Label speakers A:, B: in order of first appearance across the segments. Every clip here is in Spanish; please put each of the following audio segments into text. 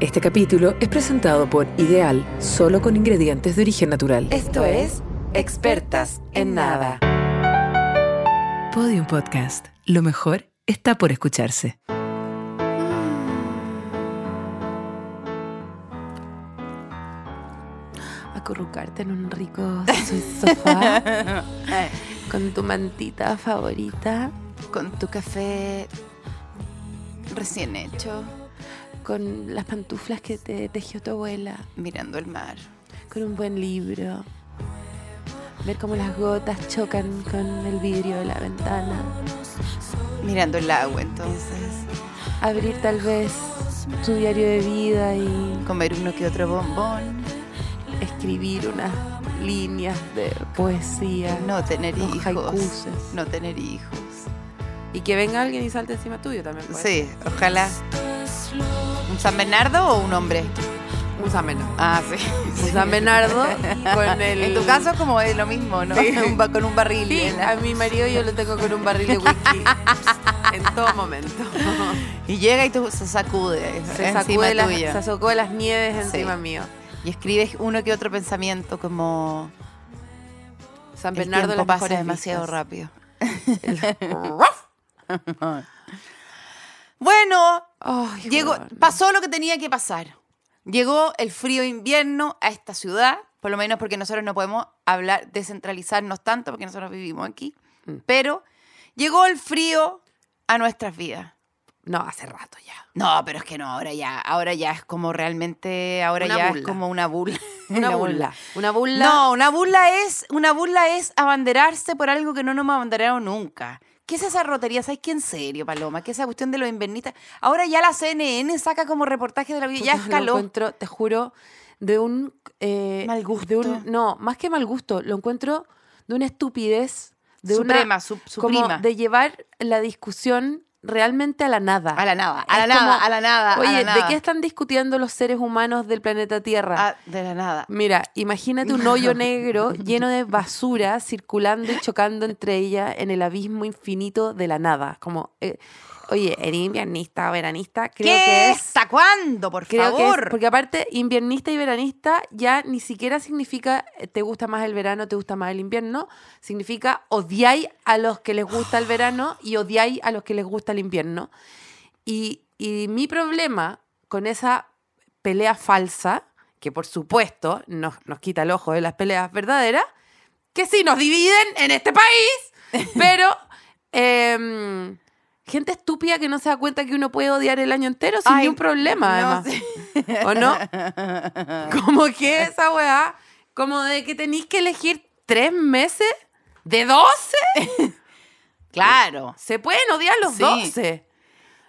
A: Este capítulo es presentado por Ideal, solo con ingredientes de origen natural.
B: Esto es Expertas en Nada.
A: Podium Podcast. Lo mejor está por escucharse.
C: acurrucarte en un rico sofá con tu mantita favorita,
B: Con tu café recién hecho,
C: con las pantuflas que te tejió tu abuela,
B: mirando el mar.
C: con un buen libro. Ver cómo las gotas chocan con el vidrio de la ventana.
B: Mirando el agua entonces.
C: Abrir tal vez tu diario de vida y
B: Comer uno que otro bombón.
C: escribir unas líneas de poesía.
B: No tener
C: Los
B: hijos.
C: haikus.
B: No tener hijos.
C: Y que venga alguien y salte encima tuyo también. pues. puede
B: Sí, ojalá. ¿Un San Bernardo o un hombre?
C: ser. Un sameno.
B: Ah, sí. Ah,
C: Un San Bernardo con el...
B: En tu caso como es lo mismo, ¿no?
C: Sí.
B: Un ba- con un barril.
C: Sí,
B: en la-
C: a mi marido yo lo tengo con un barril de whisky en todo momento.
B: Y llega y tú se sacude
C: Se
B: encima
C: sacude las,
B: tuya.
C: se sacó de las nieves
B: Sí.
C: encima mío.
B: Y escribes uno que otro pensamiento como
C: San
B: el
C: Bernardo
B: tiempo
C: las
B: pasa
C: mejores
B: demasiado
C: vistas.
B: rápido. Bueno,
C: Ay,
B: llegó,
C: weón.
B: pasó lo que tenía que pasar. Llegó el frío invierno a esta ciudad, por lo menos porque nosotros no podemos hablar, descentralizarnos tanto porque nosotros vivimos aquí.
C: Mm.
B: Pero llegó el frío a nuestras vidas.
C: No, hace rato ya.
B: No, pero es que no, ahora ya, ahora ya es como realmente, ahora
C: Una
B: ya es
C: burla.
B: como una burla.
C: Una burla. Una burla.
B: No, una burla es, una burla es abanderarse por algo que no nos hemos abanderado nunca. ¿Qué es esa rotería? ¿Sabes qué? En serio, Paloma, ¿qué es esa cuestión de los invernistas? Ahora ya la CNN saca como reportaje de la vida,
C: Puta,
B: ya
C: lo
B: escaló.
C: encuentro, te juro, de un... eh,
B: Mal gusto.
C: de un- no, más que mal gusto, lo encuentro de una estupidez. De
B: suprema,
C: una,
B: su,
C: como
B: suprima.
C: de llevar la discusión realmente a la nada.
B: a la nada, a la
C: Es
B: nada,
C: como,
B: a la nada.
C: Oye,
B: a la
C: ¿de
B: nada.
C: qué están discutiendo los seres humanos del planeta Tierra?
B: Ah, de la nada.
C: Mira, imagínate un hoyo negro lleno de basura circulando y chocando entre ella en el abismo infinito de la nada. Como, eh, oye, ¿eres inviernista o veranista? Creo
B: ¿Qué
C: que
B: es?
C: es.
B: ¿Hasta cuándo? Por
C: Creo que es-
B: favor.
C: porque aparte, inviernista y veranista ya ni siquiera significa eh, te gusta más el verano, te gusta más el invierno. Significa odiáis a los que les gusta el verano y odiáis a los que les gusta el invierno. Y, y mi problema con esa pelea falsa, que por supuesto nos, nos quita el ojo de las peleas verdaderas, que sí nos dividen en este país, pero em, gente estúpida que no se da cuenta que uno puede odiar el año entero sin
B: Ay,
C: ningún problema,
B: no
C: además.
B: sé.
C: ¿O no? Como que esa weá, como de que tenéis que elegir tres meses de 12.
B: Claro.
C: Se pueden odiar los
B: Sí.
C: 12.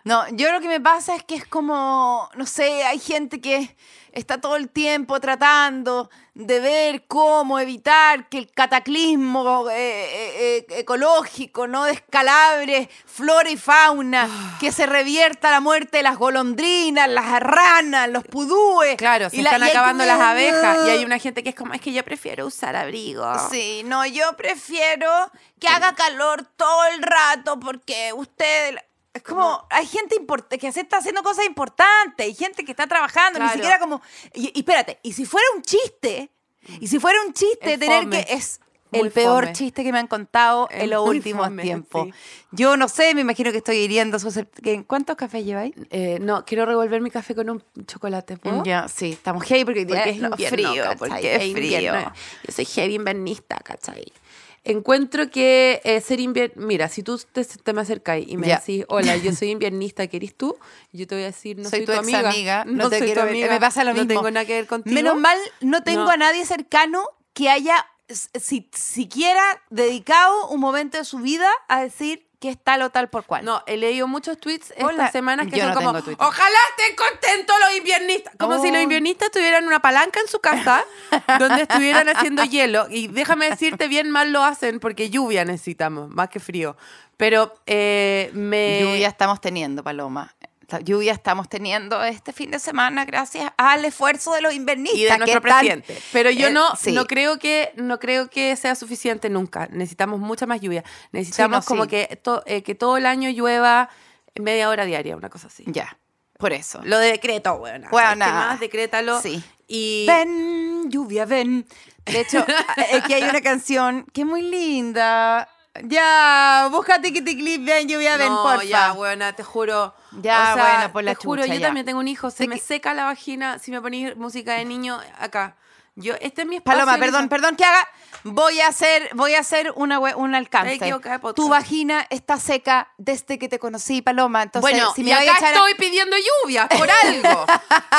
B: No, yo lo que me pasa es que es como, no sé, hay gente que está todo el tiempo tratando de ver cómo evitar que el cataclismo eh, eh, eh, ecológico no descalabre flora y
C: Ah.
B: fauna, que se revierta la muerte de las golondrinas, las ranas, los pudúes.
C: Claro, se
B: y la-
C: están
B: y hay
C: acabando
B: como-
C: las abejas y hay una gente que es como, es que yo prefiero usar abrigo.
B: Sí, no, yo prefiero que haga calor todo el rato porque usted... Es como, hay gente import- que se está haciendo cosas importantes, hay gente que está trabajando,
C: Claro.
B: ni siquiera como... Y, y espérate, y si fuera un chiste, y si fuera un chiste
C: Es
B: tener
C: fome.
B: que... Es
C: Muy
B: el peor
C: fome.
B: chiste que me han contado
C: Es
B: en los
C: muy
B: últimos
C: fome,
B: tiempos.
C: sí.
B: Yo no sé, me imagino que estoy hiriendo ¿En ¿Cuántos cafés lleváis?
C: Eh, no, quiero revolver mi café con un chocolate, ¿puedo?
B: Ya, sí, estamos heavy porque, hoy día
C: Porque es
B: es lo
C: invierno,
B: frío,
C: ¿cachai?
B: porque es frío.
C: invierno. Yo soy heavy invernista, ¿cachai? Encuentro que eh, ser inviernista... Mira, si tú te, te me acercas y me
B: Ya.
C: decís, hola, yo soy inviernista, ¿qué eres tú? Yo te voy a decir, no soy,
B: soy, tu, ex
C: amiga.
B: amiga, no, te
C: soy tu
B: quiero ver.
C: amiga,
B: Me pasa lo mismo.
C: No tengo nada que ver contigo.
B: Menos mal, no tengo
C: No.
B: a nadie cercano que haya s- si- siquiera dedicado un momento de su vida a decir que es tal o tal por cual.
C: No, he leído muchos tweets
B: Hola.
C: estas semanas que
B: Yo
C: son
B: no
C: como,
B: tengo Twitter.
C: ojalá estén contentos los inviernistas. Como si los
B: Oh.
C: inviernistas tuvieran una palanca en su casa donde estuvieran haciendo hielo. Y déjame decirte, bien mal lo hacen porque lluvia necesitamos, más que frío. Pero eh, me...
B: Lluvia estamos teniendo, Paloma. La Lluvia estamos teniendo este fin de semana gracias al esfuerzo de los invernistas.
C: y de nuestro
B: que están-
C: presidente. Pero yo
B: Eh,
C: no,
B: sí.
C: no creo que no creo que sea suficiente nunca. Necesitamos mucha más lluvia. Necesitamos
B: Sí, no,
C: como
B: sí.
C: que, to- eh, que todo el año llueva media hora diaria, una cosa así.
B: Ya. Por eso.
C: Lo decreto, weona. ¿Sabes
B: Weona.
C: qué más? Decrétalo.
B: Sí.
C: Y
B: Ven, lluvia, ven. De hecho, es que hay una canción que es muy linda. Ya, busca tiquiticlip, ven, lluvia, ven,
C: no,
B: porfa.
C: ya, buena, te juro.
B: Ya,
C: O sea,
B: buena, por la
C: te juro,
B: chucha,
C: yo
B: ya.
C: también tengo un hijo, se
B: Te
C: me
B: que-
C: seca la vagina si me ponís música de niño acá. Yo, este es mi espacio.
B: Paloma,
C: Elisa.
B: perdón, perdón que haga. Voy a hacer, voy a hacer una, we- un alcance.
C: Te equivocas de podcast.
B: Tu vagina está seca desde que te conocí, Paloma. Entonces,
C: bueno, y
B: si me
C: acá
B: voy a echar. a-
C: estoy pidiendo lluvia por algo.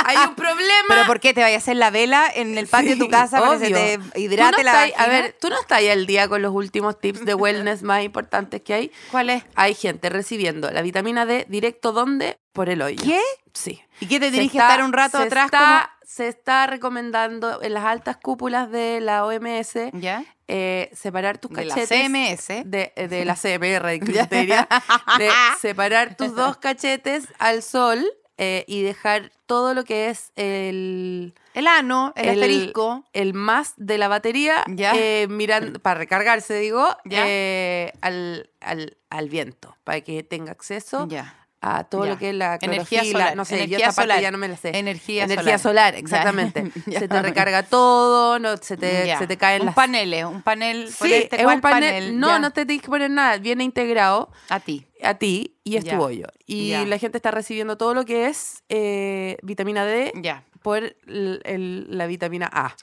C: Hay un problema.
B: Pero ¿por qué te vayas a hacer la vela en el patio de tu
C: Sí,
B: casa para que se
C: obvio.
B: te
C: Tú
B: hidrate
C: no
B: la
C: estás-
B: vagina?
C: A ver, tú no estás ahí al día con los últimos tips de wellness más importantes que hay.
B: ¿cuál es?
C: Hay gente recibiendo la vitamina D directo donde? Por el hoyo.
B: ¿Qué?
C: Sí.
B: ¿Y qué te
C: Se
B: dirige
C: está-
B: estar un rato
C: se
B: atrás?
C: está- Se está recomendando en las altas cúpulas de la OMS
B: como- ¿Ya?
C: eh, separar tus
B: De la
C: cachetes.
B: CMS.
C: De, eh, de la CMR, incluso te diría, de separar tus dos cachetes al sol eh, y dejar todo lo que es el,
B: El ano, el,
C: El-
B: asterisco.
C: el más de la batería
B: Ya.
C: eh, miran- para recargarse, digo,
B: Ya.
C: eh, al, al- al viento, para que tenga acceso
B: Ya.
C: a todo
B: Ya.
C: lo que es la
B: Energía
C: clorofila,
B: solar,
C: no sé,
B: energía
C: yo esta
B: solar,
C: parte ya no me la sé.
B: energía solar.
C: energía solar. exactamente.
B: Ya.
C: Se te recarga todo, no, se, te,
B: Ya.
C: se te caen
B: un
C: las...
B: panel, eh, un panel.
C: Sí,
B: ponerte
C: es
B: cuál
C: un panel. No,
B: Ya.
C: no te tienes que poner nada, viene integrado
B: A ti.
C: a ti y es
B: Ya.
C: tu hoyo. Y
B: Ya.
C: la gente está recibiendo todo lo que es eh, vitamina D
B: Ya.
C: por el- el- la vitamina A.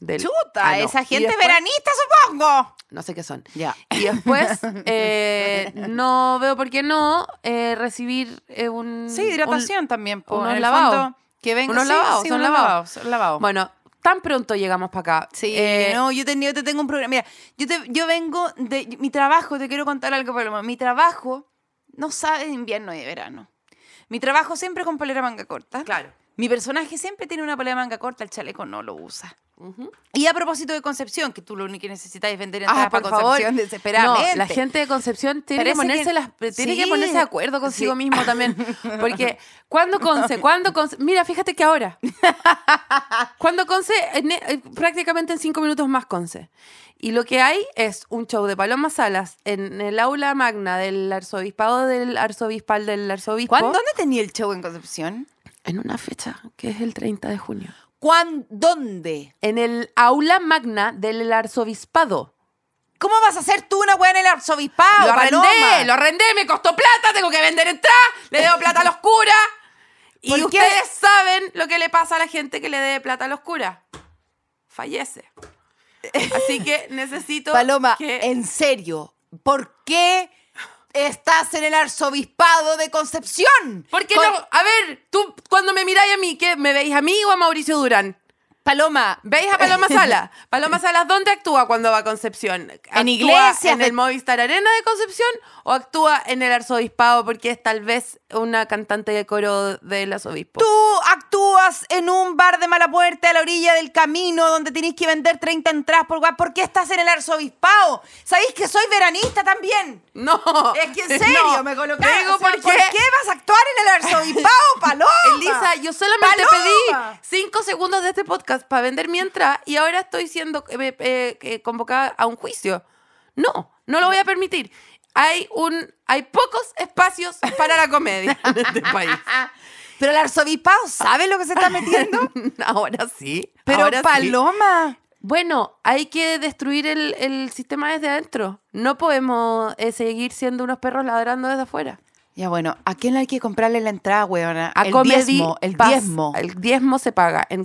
C: Del
B: Chuta,
C: ano.
B: esa
C: Y
B: gente
C: después-
B: veranista, supongo.
C: No sé qué son.
B: Ya.
C: Y después, eh, no veo por qué no eh, recibir eh, un...
B: Sí, hidratación también. po,
C: unos
B: en el
C: lavados.
B: fondo, que venga,
C: Unos
B: sí,
C: lavados,
B: sí,
C: son
B: unos
C: lavados.
B: son lavados.
C: un- bueno, tan pronto llegamos para acá.
B: Sí,
C: Eh,
B: no, yo, tenía- yo te tengo un problema. Mira, yo, te- yo vengo de. Mi trabajo, te quiero contar algo, Paloma. Mi trabajo no sabe de invierno y de verano. Mi trabajo siempre con polera manga corta.
C: Claro.
B: Mi personaje siempre tiene una polera manga corta, el chaleco no lo usa.
C: Ujú.
B: Y a propósito de Concepción, que tú lo único que necesitas es vender entradas
C: Ah,
B: para
C: por favor.
B: Concepción
C: No,
B: desesperadamente.
C: la gente de Concepción tiene, que
B: Parece
C: ponerse,
B: que-
C: las- tiene que
B: sí.
C: ponerse de acuerdo consigo
B: Sí.
C: mismo también. Porque, ¿cuándo Conce? ¿Cuándo Conce? Mira, fíjate que ahora. ¿Cuándo Conce? En- eh, prácticamente en cinco minutos más Conce. Y lo que hay es un show de Paloma Salas en el aula magna del arzobispado del arzobispal del arzobispo.
B: ¿Cuándo, ¿Dónde tenía el show en Concepción?
C: En una fecha, que es el 30 de junio.
B: ¿Cuán, ¿Dónde?
C: En el aula magna del arzobispado.
B: ¿Cómo vas a hacer tú una weá en el arzobispado?
C: lo arrendé,
B: Paloma?
C: lo arrendé, me costó plata, tengo que vender entrada, le debo plata a los curas. Y
B: ¿Por
C: ustedes
B: qué?
C: saben lo que le pasa a la gente que le debe plata a los curas. Fallece. Así que necesito
B: Paloma,
C: que...
B: en serio, ¿por qué estás en el arzobispado de Concepción?
C: ¿Por qué
B: Con-
C: no? A ver, tú cuando me miráis a mí, ¿qué? ¿Me veis a mí o a Mauricio Durán?
B: Paloma,
C: ¿Veis a Paloma Sala? Paloma Salas, ¿dónde actúa cuando va a Concepción? ¿Actúa
B: En iglesias
C: ¿En
B: de-
C: el Movistar Arena de Concepción? ¿O actúa en el arzobispado porque es tal vez una cantante de coro del arzobispo?
B: tú actúas en un bar de mala muerte a la orilla del camino donde tenés que vender 30 entradas por guay. ¿Por qué estás en el arzobispado? ¿Sabéis que soy veranista también?
C: No.
B: Es que en serio,
C: No.
B: me
C: Te
B: colocaste.
C: digo porque
B: ¿Por qué vas a actuar en el arzobispado, Paloma?
C: Elisa, yo solamente
B: Paloma.
C: pedí cinco segundos de este podcast para vender mi entrada y ahora estoy siendo eh, eh, eh, convocada a un juicio. No, no lo voy a permitir. Hay un, hay pocos espacios para la comedia en este país.
B: Pero el arzobispado sabe lo que se está metiendo.
C: Ahora sí.
B: Pero
C: ahora sí.
B: Paloma.
C: Bueno, hay que destruir el, el sistema desde adentro. No podemos eh, seguir siendo unos perros ladrando desde afuera.
B: Ya bueno, ¿a quién hay que comprarle la entrada, weona?
C: a
B: el
C: Comedy
B: diezmo, el
C: Pass.
B: diezmo.
C: El diezmo se paga en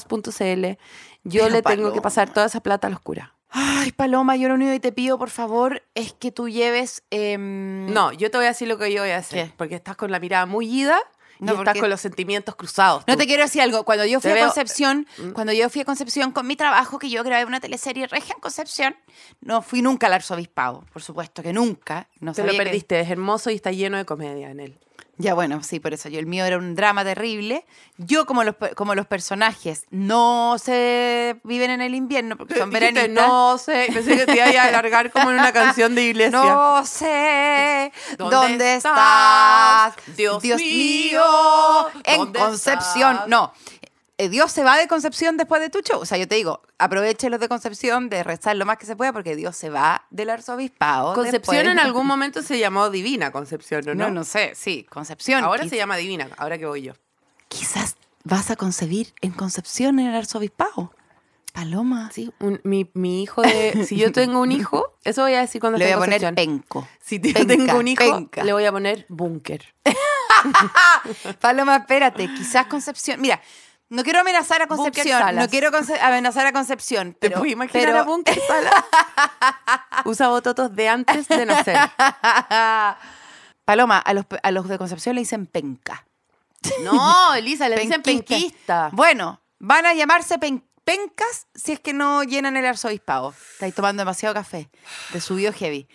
C: comedypass.cl. Yo
B: Pero,
C: le tengo que
B: Paloma.
C: pasar toda esa plata a los curas.
B: Ay, Paloma, yo lo único que te pido, por favor, es que tú lleves... em,
C: No, yo te voy a decir lo que yo voy a hacer.
B: ¿Qué?
C: Porque estás con la mirada muy ida y
B: No,
C: estás
B: porque-
C: con los sentimientos cruzados.
B: No
C: tú.
B: te quiero decir algo. Cuando yo fui
C: Te veo- eh,
B: a
C: mm.
B: Concepción, cuando yo fui a Concepción con mi trabajo, que yo grabé una teleserie regia en Concepción, no fui nunca al arzobispado. Por supuesto que nunca. No
C: Te lo
B: sabía que-
C: perdiste. Es hermoso y está lleno de comedia en él.
B: Ya bueno, sí, por eso yo el mío era un drama terrible. Yo como los pe- como los personajes no se viven en el invierno porque son
C: Dijiste,
B: veranistas.
C: no sé, pensé que te iba a alargar como en una canción de iglesia.
B: No sé
C: ¿Dónde
B: dónde,
C: estás?
B: estás,
C: Dios
B: Dios,
C: mío,
B: mío, en
C: ¿dónde
B: Concepción.
C: estás?
B: No, eh, Dios se va de Concepción después de tu show. O sea, yo te digo, aproveche los de Concepción de rezar lo más que se pueda porque Dios se va del arzobispado.
C: Concepción
B: después.
C: en algún momento se llamó Divina Concepción, ¿o
B: No,
C: no?
B: no sé, sí, Concepción.
C: Ahora
B: Quiz-
C: se llama Divina, ahora que voy yo.
B: Quizás vas a concebir en Concepción en el arzobispado. Paloma.
C: Sí, un- mi, mi hijo de... Si yo tengo un hijo, eso voy a decir cuando
B: Le voy
C: esté
B: a
C: en
B: poner
C: Concepción.
B: penco.
C: Si yo
B: penca,
C: tengo un hijo,
B: penca.
C: le voy a poner búnker.
B: Paloma, espérate, quizás Concepción. Mira, no quiero amenazar a
C: Bunker
B: Concepción.
C: Salas.
B: No quiero conce- amenazar a Concepción.
C: ¿Te
B: Pero,
C: puedes imaginar
B: pero-
C: a Bunker Sala? Usa bototos de antes de nacer.
B: Paloma, a los, a los de Concepción le dicen penca.
C: No, Elisa, le dicen
B: Penquista.
C: penquista.
B: Bueno, van a llamarse pen- pencas si es que no llenan el arzobispado. Estáis tomando demasiado café. Te subió heavy.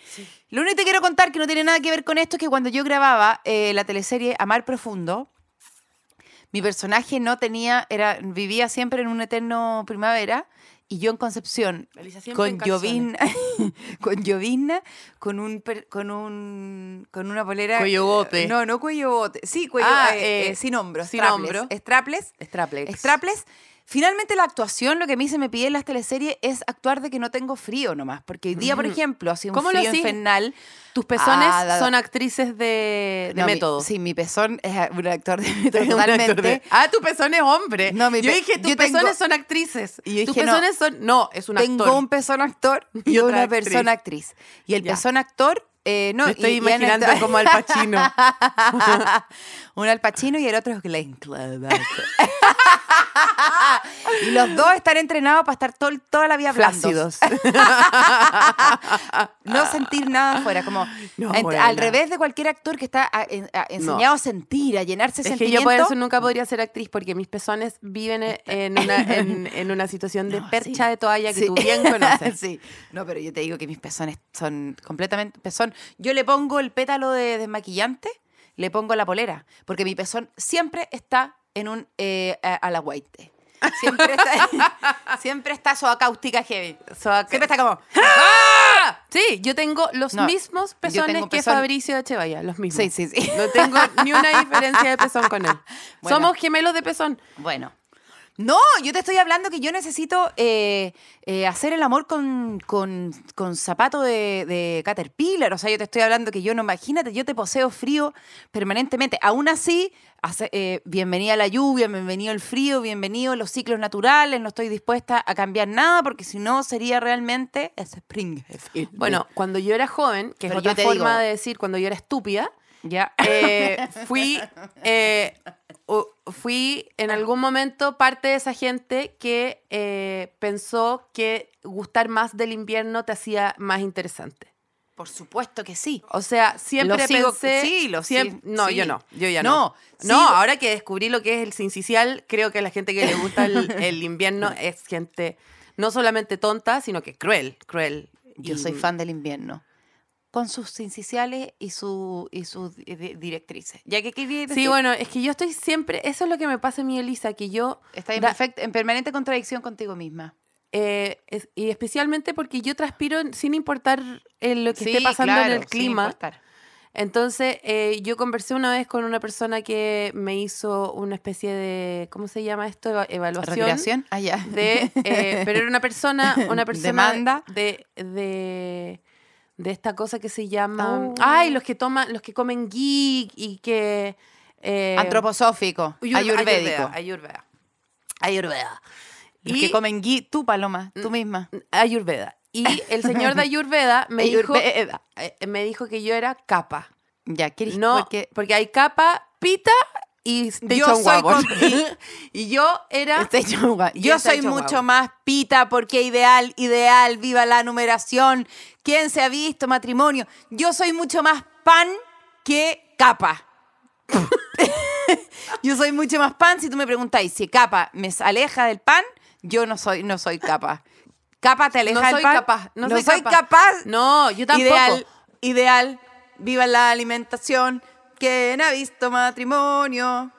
B: Lo único que te quiero contar que no tiene nada que ver con esto es que cuando yo grababa eh, la teleserie Amar Profundo, mi personaje no tenía, era, vivía siempre en un eterno primavera y yo en Concepción,
C: Elisa siempre
B: con
C: en calzones.
B: llovizna, con llovizna, con un, per- con un, con una polera. eh,
C: Cuello bote.
B: No, no cuello bote. Sí, cuello,
C: Ah,
B: eh,
C: eh,
B: eh, sin hombro,
C: sin
B: strapless,
C: hombro.
B: strapless,
C: Straplex.
B: strapless. Finalmente la actuación, lo que a mí se me pide en las teleseries es actuar de que no tengo frío nomás, porque hoy día, por ejemplo, hace un
C: ¿Cómo lo
B: frío
C: hacís?
B: infernal.
C: Tus pezones
B: Ah, da-
C: son actrices de, de
B: No, mi-
C: método.
B: sí, mi pezón es un actor de
C: Es
B: método
C: un actor de-
B: totalmente.
C: Ah, tu pezón es hombre.
B: No, mi
C: yo
B: pe-
C: dije, tus
B: yo tengo-
C: pezones son actrices.
B: Y yo
C: tus
B: dije, no.
C: pezones son... No, es un
B: Tengo
C: actor.
B: un pezón actor y,
C: Y otra
B: una
C: actriz.
B: persona actriz. Y el
C: Ya.
B: pezón actor, eh, no.
C: Me
B: y-
C: estoy
B: y en el-
C: imaginando como al Pacino.
B: un Al Pacino y el otro es Glenn Close. y los dos están entrenados para estar todo, toda la vida
C: Flácidos.
B: blandos. No sentir nada afuera, como
C: No,
B: ent-
C: bueno.
B: al revés de cualquier actor que está a- en- a- enseñado a sentir, a llenarse de
C: Es que yo por
B: este sentimiento.
C: eso
B: Eh,
C: nunca podría ser actriz porque mis pezones viven en- en una, en, en una situación de
B: No,
C: percha
B: sí.
C: de toalla que
B: Sí.
C: tú bien conoces.
B: sí. No, pero yo te digo que mis pezones son completamente pezón. Yo le pongo el pétalo de desmaquillante, le pongo la polera, porque mi pezón siempre está en un eh, a, a la white. Siempre está, siempre está soa cáustica heavy. Siempre está como.
C: Sí, yo tengo los
B: No,
C: mismos
B: yo
C: pezones
B: tengo
C: que
B: pezón-
C: Fabricio Echevarría, los mismos.
B: Sí, sí, sí.
C: No tengo ni una diferencia de pezón con él.
B: Bueno.
C: Somos gemelos de pezón.
B: Bueno. No, yo te estoy hablando que yo necesito eh, eh, hacer el amor con, con, con zapato de, de caterpillar. O sea, yo te estoy hablando que yo no, imagínate, yo te poseo frío permanentemente. Aún así, hace- eh, bienvenida la lluvia, bienvenido el frío, bienvenido los ciclos naturales. No estoy dispuesta a cambiar nada porque si no sería realmente spring.
C: Bueno, cuando yo era joven, que es
B: Pero yo
C: otra
B: te
C: forma
B: digo-
C: de decir cuando yo era estúpida,
B: ya.
C: eh, fui, eh, u- fui en algún momento parte de esa gente que eh, pensó que gustar más del invierno te hacía más interesante.
B: Por supuesto que sí.
C: O sea, siempre
B: Lo sigo-
C: pensé.
B: sí, lo
C: siem-
B: sí,
C: No,
B: sí.
C: yo no. Yo ya
B: No,
C: no.
B: sí,
C: No,
B: lo-
C: ahora que descubrí lo que es el sincicial, creo que la gente que le gusta el, el invierno es gente no solamente tonta, sino que cruel, cruel.
B: Yo
C: Y- mm.
B: soy fan del invierno. Con sus iniciales y, su, y sus di- di- directrices. Ya que quería
C: Sí, bueno, es que yo estoy siempre. Eso es lo que me pasa a mí, Elisa, que yo
B: Estás en,
C: Da-
B: perfect- en permanente contradicción contigo misma.
C: Eh, es- y especialmente porque yo transpiro sin importar eh, lo que esté
B: Sí,
C: pasando
B: claro,
C: en el
B: sin
C: clima.
B: importar.
C: Entonces, eh, yo conversé una vez con una persona que me hizo una especie de, ¿cómo se llama esto? Eva- Evaluación.
B: ¿Recreación? Ah, ya.
C: De, eh, pero era una persona, una persona
B: Demanda.
C: de, de, de esta cosa que se llama,
B: Oh.
C: ay, los que toman, los que comen geek y que eh,
B: Antroposófico,
C: ayur-
B: ayurvédico.
C: ayurveda, ayurveda.
B: Ayurveda. Los
C: Y- Mm,
B: que comen gui, tú, Paloma, tú misma.
C: Ayurveda. Y el señor de Ayurveda me, dijo,
B: Ayurveda.
C: eh, me dijo que yo era capa.
B: Ya, ¿quieres
C: No, porque,
B: porque
C: hay capa, pita y
B: Yo
C: station
B: soy
C: wagon.
B: con- Este
C: y yo era...
B: Está hecho guau.
C: Y
B: Yo
C: está
B: soy
C: hecho
B: mucho
C: guau.
B: más pita porque ideal, ideal, viva la numeración. ¿Quién se ha visto matrimonio? Yo soy mucho más pan que capa. yo soy mucho más pan. Si tú me preguntáis si capa me aleja del pan, yo no soy, no soy capa. Capa te aleja
C: no
B: del
C: soy
B: pan.
C: capaz. No, soy, capaz.
B: capaz.
C: No, yo tampoco.
B: Ideal, ideal, viva la alimentación. ¿Quién ha visto matrimonio?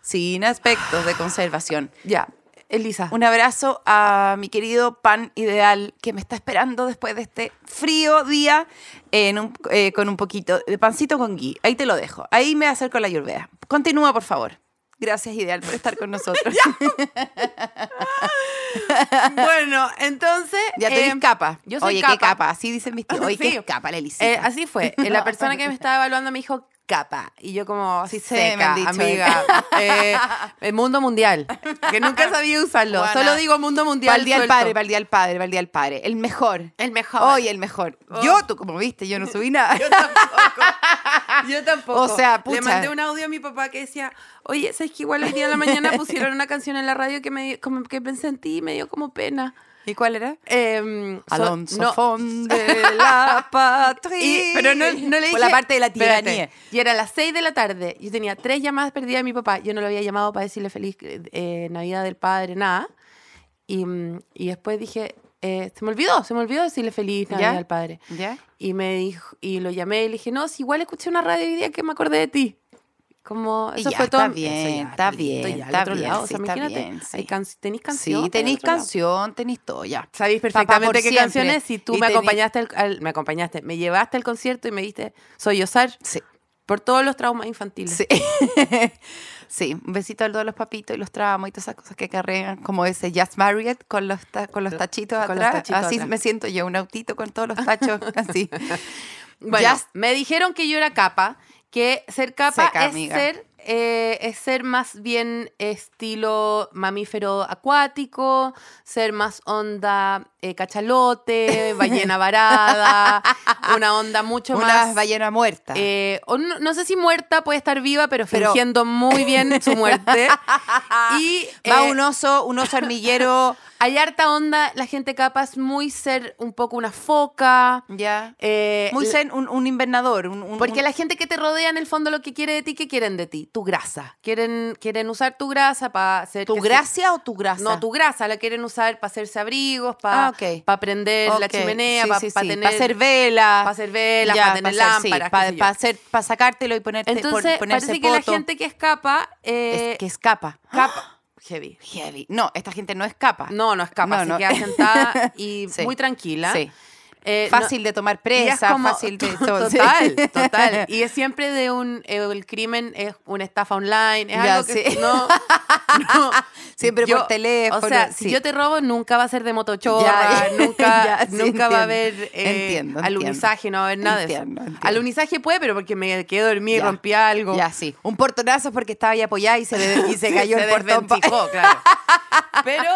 B: Sin aspectos de conservación.
C: Ya, Elisa.
B: Un abrazo a mi querido pan ideal que me está esperando después de este frío día en un- eh, con un poquito de pancito con gui. Ahí te lo dejo. Ahí me acerco a la ayurveda. Continúa, por favor. Gracias, Ideal, por estar con nosotros.
C: Bueno, entonces.
B: ya te
C: eh,
B: dis capa.
C: yo soy
B: em, Oye, qué
C: capa.
B: capa. Así dicen mis tíos. Oye,
C: Sí.
B: qué capa, la Elisita.
C: eh, así fue. Eh, La persona que me estaba evaluando me dijo capa. Y yo como así
B: Sí,
C: seca,
B: me han dicho,
C: amiga. Eh, el mundo mundial. Que nunca sabía usarlo.
B: Juana,
C: Solo digo mundo mundial.
B: Pa'l día al
C: suelto.
B: padre, pa'l día al padre, pa'l día al padre. El mejor.
C: El mejor.
B: Oye, el mejor. Yo, tú como viste, yo no subí nada.
C: Yo tampoco.
B: O sea, pucha.
C: Le mandé un audio a mi papá que decía, oye, ¿sabes que igual hoy día en la mañana pusieron una canción en la radio que me dio- como que pensé en ti y me dio como pena?
B: ¿Y cuál era?
C: Em, so-
B: Alonso
C: no.
B: Fon de la patria.
C: Y- pero no, no le dije...
B: Por la parte de la tiranía.
C: Espérate. Y era las 6 de la tarde. Yo tenía tres llamadas perdidas de mi papá. Yo no lo había llamado para decirle feliz eh, Navidad del Padre, nada. Y, mm, y después dije, eh, se me olvidó, se me olvidó decirle feliz Navidad
B: ¿Ya?
C: del Padre.
B: ¿Ya?
C: Y me dijo, y lo llamé y le dije, no, si igual escuché una radio hoy día que me acordé de ti. Como,
B: Y
C: eso
B: ya,
C: fue todo.
B: está bien,
C: Eso ya,
B: está
C: estoy- estoy
B: bien,
C: ya al
B: está
C: otro
B: bien,
C: lado. O
B: sí,
C: sea,
B: está
C: imagínate,
B: bien, sí.
C: hay can- ¿Tenís canción?
B: Sí,
C: Está del
B: tenéis
C: otro lado.
B: canción, tenéis todo, ya.
C: Sabéis
B: Papá
C: perfectamente
B: por
C: qué
B: siempre.
C: canciones. Si tú
B: Y
C: me
B: tenés-
C: acompañaste, al, al- me acompañaste, me llevaste al concierto y me diste, soy Osar,
B: Sí.
C: por todos los traumas infantiles.
B: Sí. sí, un besito a todos los papitos y los tramos y todas esas cosas que cargan, como ese Jazz Marriott con los, ta- con los tachitos
C: Con los
B: atrás.
C: tachitos
B: así
C: atrás.
B: me siento yo, un autito con todos los tachos, así.
C: Bueno,
B: Just-
C: me dijeron que yo era capa, que ser capa
B: Seca,
C: es
B: amiga.
C: ser eh, es ser más bien estilo mamífero acuático, ser más onda eh, cachalote, ballena varada, una onda mucho
B: Una
C: más
B: ballena muerta.
C: eh, o no, no sé si muerta puede estar viva, pero
B: Pero-
C: fingiendo muy bien su muerte. y
B: Va
C: eh,
B: un oso, un oso armillero,
C: hay harta onda, la gente capa es muy ser un poco una foca.
B: ya.
C: eh,
B: Muy zen, un, un invernador. Un, un-
C: Porque
B: un-
C: la gente que te rodea en el fondo lo que quiere de ti, ¿qué quieren de ti? Tu grasa. Quieren, quieren usar tu grasa para hacer...
B: ¿Tu
C: que se-
B: gracia o tu grasa?
C: No, tu grasa la quieren usar para hacerse abrigos, para
B: Ah, ok.
C: prender la
B: Ok,
C: chimenea,
B: sí,
C: para
B: sí, sí,
C: tener...
B: para hacer velas.
C: pa' hacer velas,
B: ya,
C: para tener
B: pa' hacer- sí,
C: lámparas,
B: pa-
C: qué sé yo.
B: pa' hacer- pa' sacártelo y ponerte, pon-
C: Entonces,
B: ponerse
C: parece que la
B: poto.
C: gente que escapa... Eh,
B: Es- que escapa.
C: capa- Heavy.
B: Heavy. No, esta gente no escapa.
C: No, no escapa,
B: No,
C: se
B: no.
C: queda sentada y
B: Sí.
C: muy tranquila.
B: Sí.
C: Eh, no-
B: fácil de tomar
C: Y es
B: presa,
C: como-
B: fácil de todo, sí.
C: total, total. Y es siempre de un eh, el crimen es una estafa online, es
B: Ya,
C: algo que
B: sí.
C: no, no.
B: Siempre por teléfono,
C: O sea,
B: sí.
C: si yo te robo nunca va a ser de motochorra,
B: Ya, ya,
C: nunca
B: ya, sí,
C: nunca va a haber
B: entiendo.
C: eh,
B: Entiendo,
C: alunizaje, no va a haber nada
B: Entiendo,
C: de eso.
B: entiendo.
C: Alunizaje puede, pero porque me quedé dormida y
B: Ya.
C: rompí algo.
B: Ya, sí. Un portonazo porque estaba ahí apoyada y se, de- y se cayó el portón. pa-
C: desvencijó, claro. Pero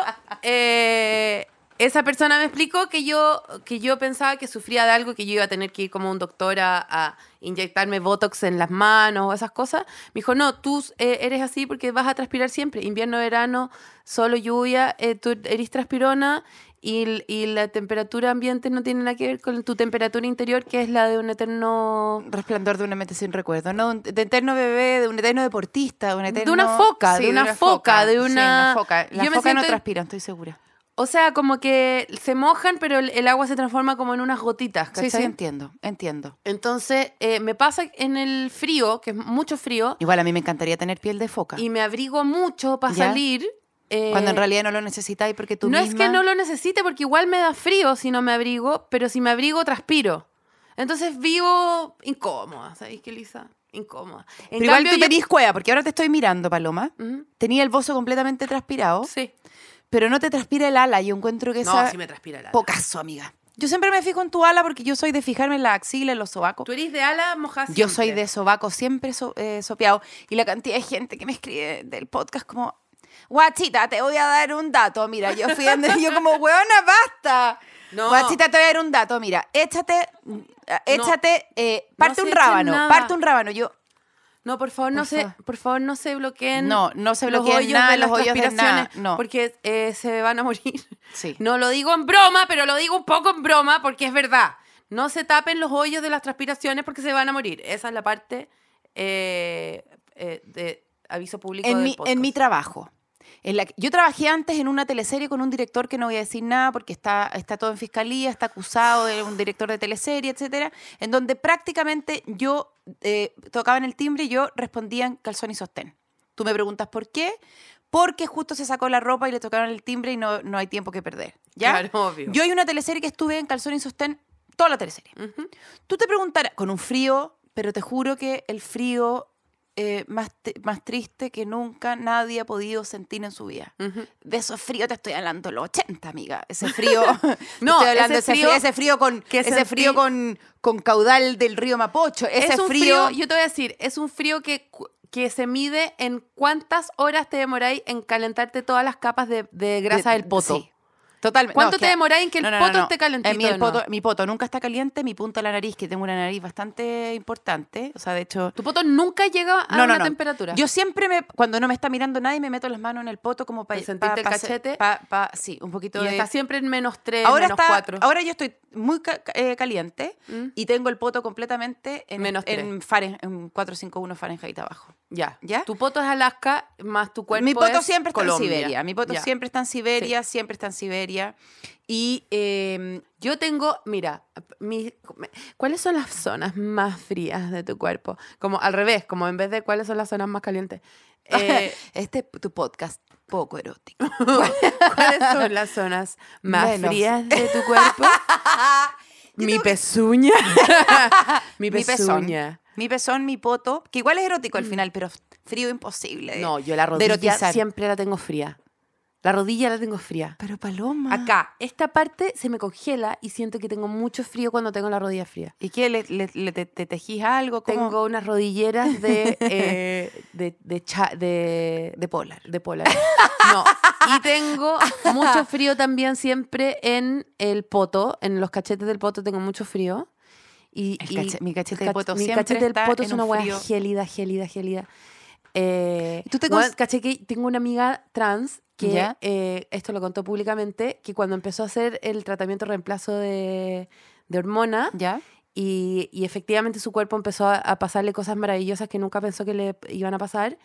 C: eh, esa persona me explicó que yo, que yo pensaba que sufría de algo, que yo iba a tener que ir como un doctor a, a inyectarme botox en las manos o esas cosas. Me dijo, no, tú eh, eres así porque vas a transpirar siempre. Invierno, verano, solo lluvia, eh, tú eres transpirona. Y, l- y la temperatura ambiente no tiene nada que ver con tu temperatura interior, que es la de un eterno...
B: Resplandor de una mente sin recuerdo. No, Un- de eterno bebé, de un eterno deportista, de un eterno...
C: De una foca, de una foca, de
B: Sí,
C: una-
B: foca. La
C: Yo me
B: foca no
C: siento-
B: transpira, estoy segura.
C: O sea, como que se mojan, pero el, el agua se transforma como en unas gotitas,
B: Sí,
C: ¿cachai?
B: sí, entiendo, entiendo.
C: Entonces, eh, me pasa en el frío, que es mucho frío,
B: Igual a mí me encantaría tener piel de foca.
C: y me abrigo mucho para
B: ¿Ya?
C: salir. eh,
B: Cuando en realidad no lo necesitáis porque tú
C: No es
B: misma-
C: que no lo necesite, porque igual me da frío si no me abrigo, pero si me abrigo, transpiro. Entonces vivo incómoda, ¿sabéis qué, Lisa? Incómoda. En
B: Pero igual
C: cambio,
B: tú
C: yo-
B: tenís cueva, porque ahora te estoy mirando, Paloma.
C: Ujú,
B: Tenía el bozo completamente transpirado,
C: Sí.
B: pero no te transpira el ala. Yo encuentro que
C: No,
B: esa...
C: sí me transpira el ala.
B: Pocaso, amiga. Yo siempre me fijo en tu ala porque yo soy de fijarme en la axila, en los sobacos.
C: Tú eres de ala mojada
B: Yo soy
C: siempre.
B: de sobaco siempre so- eh, sopeado. Y la cantidad de gente que me escribe del podcast como, guachita, te voy a dar un dato. Mira, yo fui en- yo como, huevona, basta.
C: No.
B: Guachita, te voy a dar un dato. Mira, échate, mm, échate, eh, parte
C: se
B: un
C: echen
B: rábano,
C: nada.
B: parte un rábano. Yo,
C: No, por favor, no
B: Por
C: se,
B: favor.
C: por favor, no se bloqueen.
B: No, no se
C: los
B: bloqueen
C: hoyos
B: nada,
C: de
B: los
C: las
B: hoyos de
C: transpiraciones,
B: nada, no.
C: Porque eh, se van a morir.
B: Sí.
C: No lo digo en broma, pero lo digo un poco en broma porque es verdad. No se tapen los hoyos de las transpiraciones porque se van a morir. Esa es la parte eh, eh, de aviso público
B: en
C: del
B: mi,
C: podcast.
B: en mi trabajo. En la que- yo trabajé antes en una teleserie con un director que no voy a decir nada porque está, está todo en fiscalía, está acusado de un director de teleserie, etcétera, en donde prácticamente yo eh, tocaba en el timbre y yo respondía en calzón y sostén. Tú me preguntas por qué, porque justo se sacó la ropa y le tocaron el timbre y no, no hay tiempo que perder. ¿ya?
C: Claro, obvio.
B: Yo hay una teleserie que estuve en calzón y sostén toda la teleserie.
C: Ujú.
B: Tú te preguntarás, con un frío, pero te juro que el frío eh, más, te- más triste que nunca nadie ha podido sentir en su vida. De esos fríos te estoy hablando, los 80, amiga. Ese frío.
C: No,
B: no, estoy hablando
C: ese
B: ese frío,
C: frío
B: ese frío con
C: que
B: ese
C: sentí-
B: frío con, con caudal del río Mapocho. Ese
C: es un
B: frío,
C: frío, yo te voy a decir, es un frío que, cu- que se mide en cuántas horas te demoráis en calentarte todas las capas de, de grasa
B: de-
C: del poto.
B: sí. Totalmente.
C: ¿Cuánto
B: es
C: te demoráis en que el poto esté calentito
B: Eh, mi, el
C: de nuevo?
B: poto, mi poto nunca está caliente, mi punta de la nariz, que tengo una nariz bastante importante. O sea, de hecho.
C: Tu poto nunca llega a una temperatura.
B: Yo siempre me, cuando no me está mirando nadie, me meto las manos en el poto como para
C: ¿Para sentirte el cachete?
B: sí, un poquito
C: y
B: de.
C: está siempre en menos 3,
B: ahora
C: menos
B: está,
C: 4.
B: ahora yo estoy muy ca- ca- eh, caliente
C: Mm.
B: y tengo el poto completamente en,
C: Menos tres.
B: en, Faren- en 451 Fahrenheit abajo.
C: Ya.
B: ¿Ya?
C: Tu poto es Alaska, más tu cuerpo
B: mi poto
C: es
B: siempre está
C: Colombia.
B: en Siberia. Mi poto
C: Ya.
B: siempre está en Siberia, siempre está en Siberia. Y eh,
C: em, Yo tengo, mira, mi- ¿cuáles son las zonas más frías de tu cuerpo? Como al revés, como en vez de cuáles son las zonas más calientes. Eh,
B: este es tu podcast poco erótico.
C: ¿Cuáles son las zonas más
B: Menos.
C: frías de tu cuerpo? mi pezuña. mi
B: Mi pezón.
C: pezuña.
B: Mi pezón, mi poto, que igual es erótico al final, pero frío imposible. de-
C: Mm. No, yo la
B: de
C: rodilla
B: erotizar.
C: siempre la tengo fría. La rodilla la tengo fría.
B: Pero Paloma.
C: Acá, esta parte se me congela y siento que tengo mucho frío cuando tengo la rodilla fría.
B: ¿Y qué? ¿Le, le- le- te, te tejís algo? ¿Cómo?
C: Tengo unas rodilleras de, eh, de, de, cha- de,
B: De polar.
C: de polar. No. Y tengo mucho frío también siempre en el poto, en los cachetes del poto tengo mucho frío. Y,
B: El
C: y
B: cache- mi cachete del
C: cach-
B: poto
C: mi
B: siempre
C: cachete del
B: está
C: poto
B: en
C: es
B: un
C: una hueá
B: frío.
C: gélida, gélida, gélida. Eh,
B: ¿Tú te
C: weón,
B: cons-
C: caché que tengo una amiga trans que
B: ¿Ya?
C: eh, esto lo contó públicamente, que cuando empezó a hacer el tratamiento de reemplazo de, de hormona,
B: ¿Ya?
C: y, y efectivamente su cuerpo empezó a, a pasarle cosas maravillosas que nunca pensó que le iban a pasar.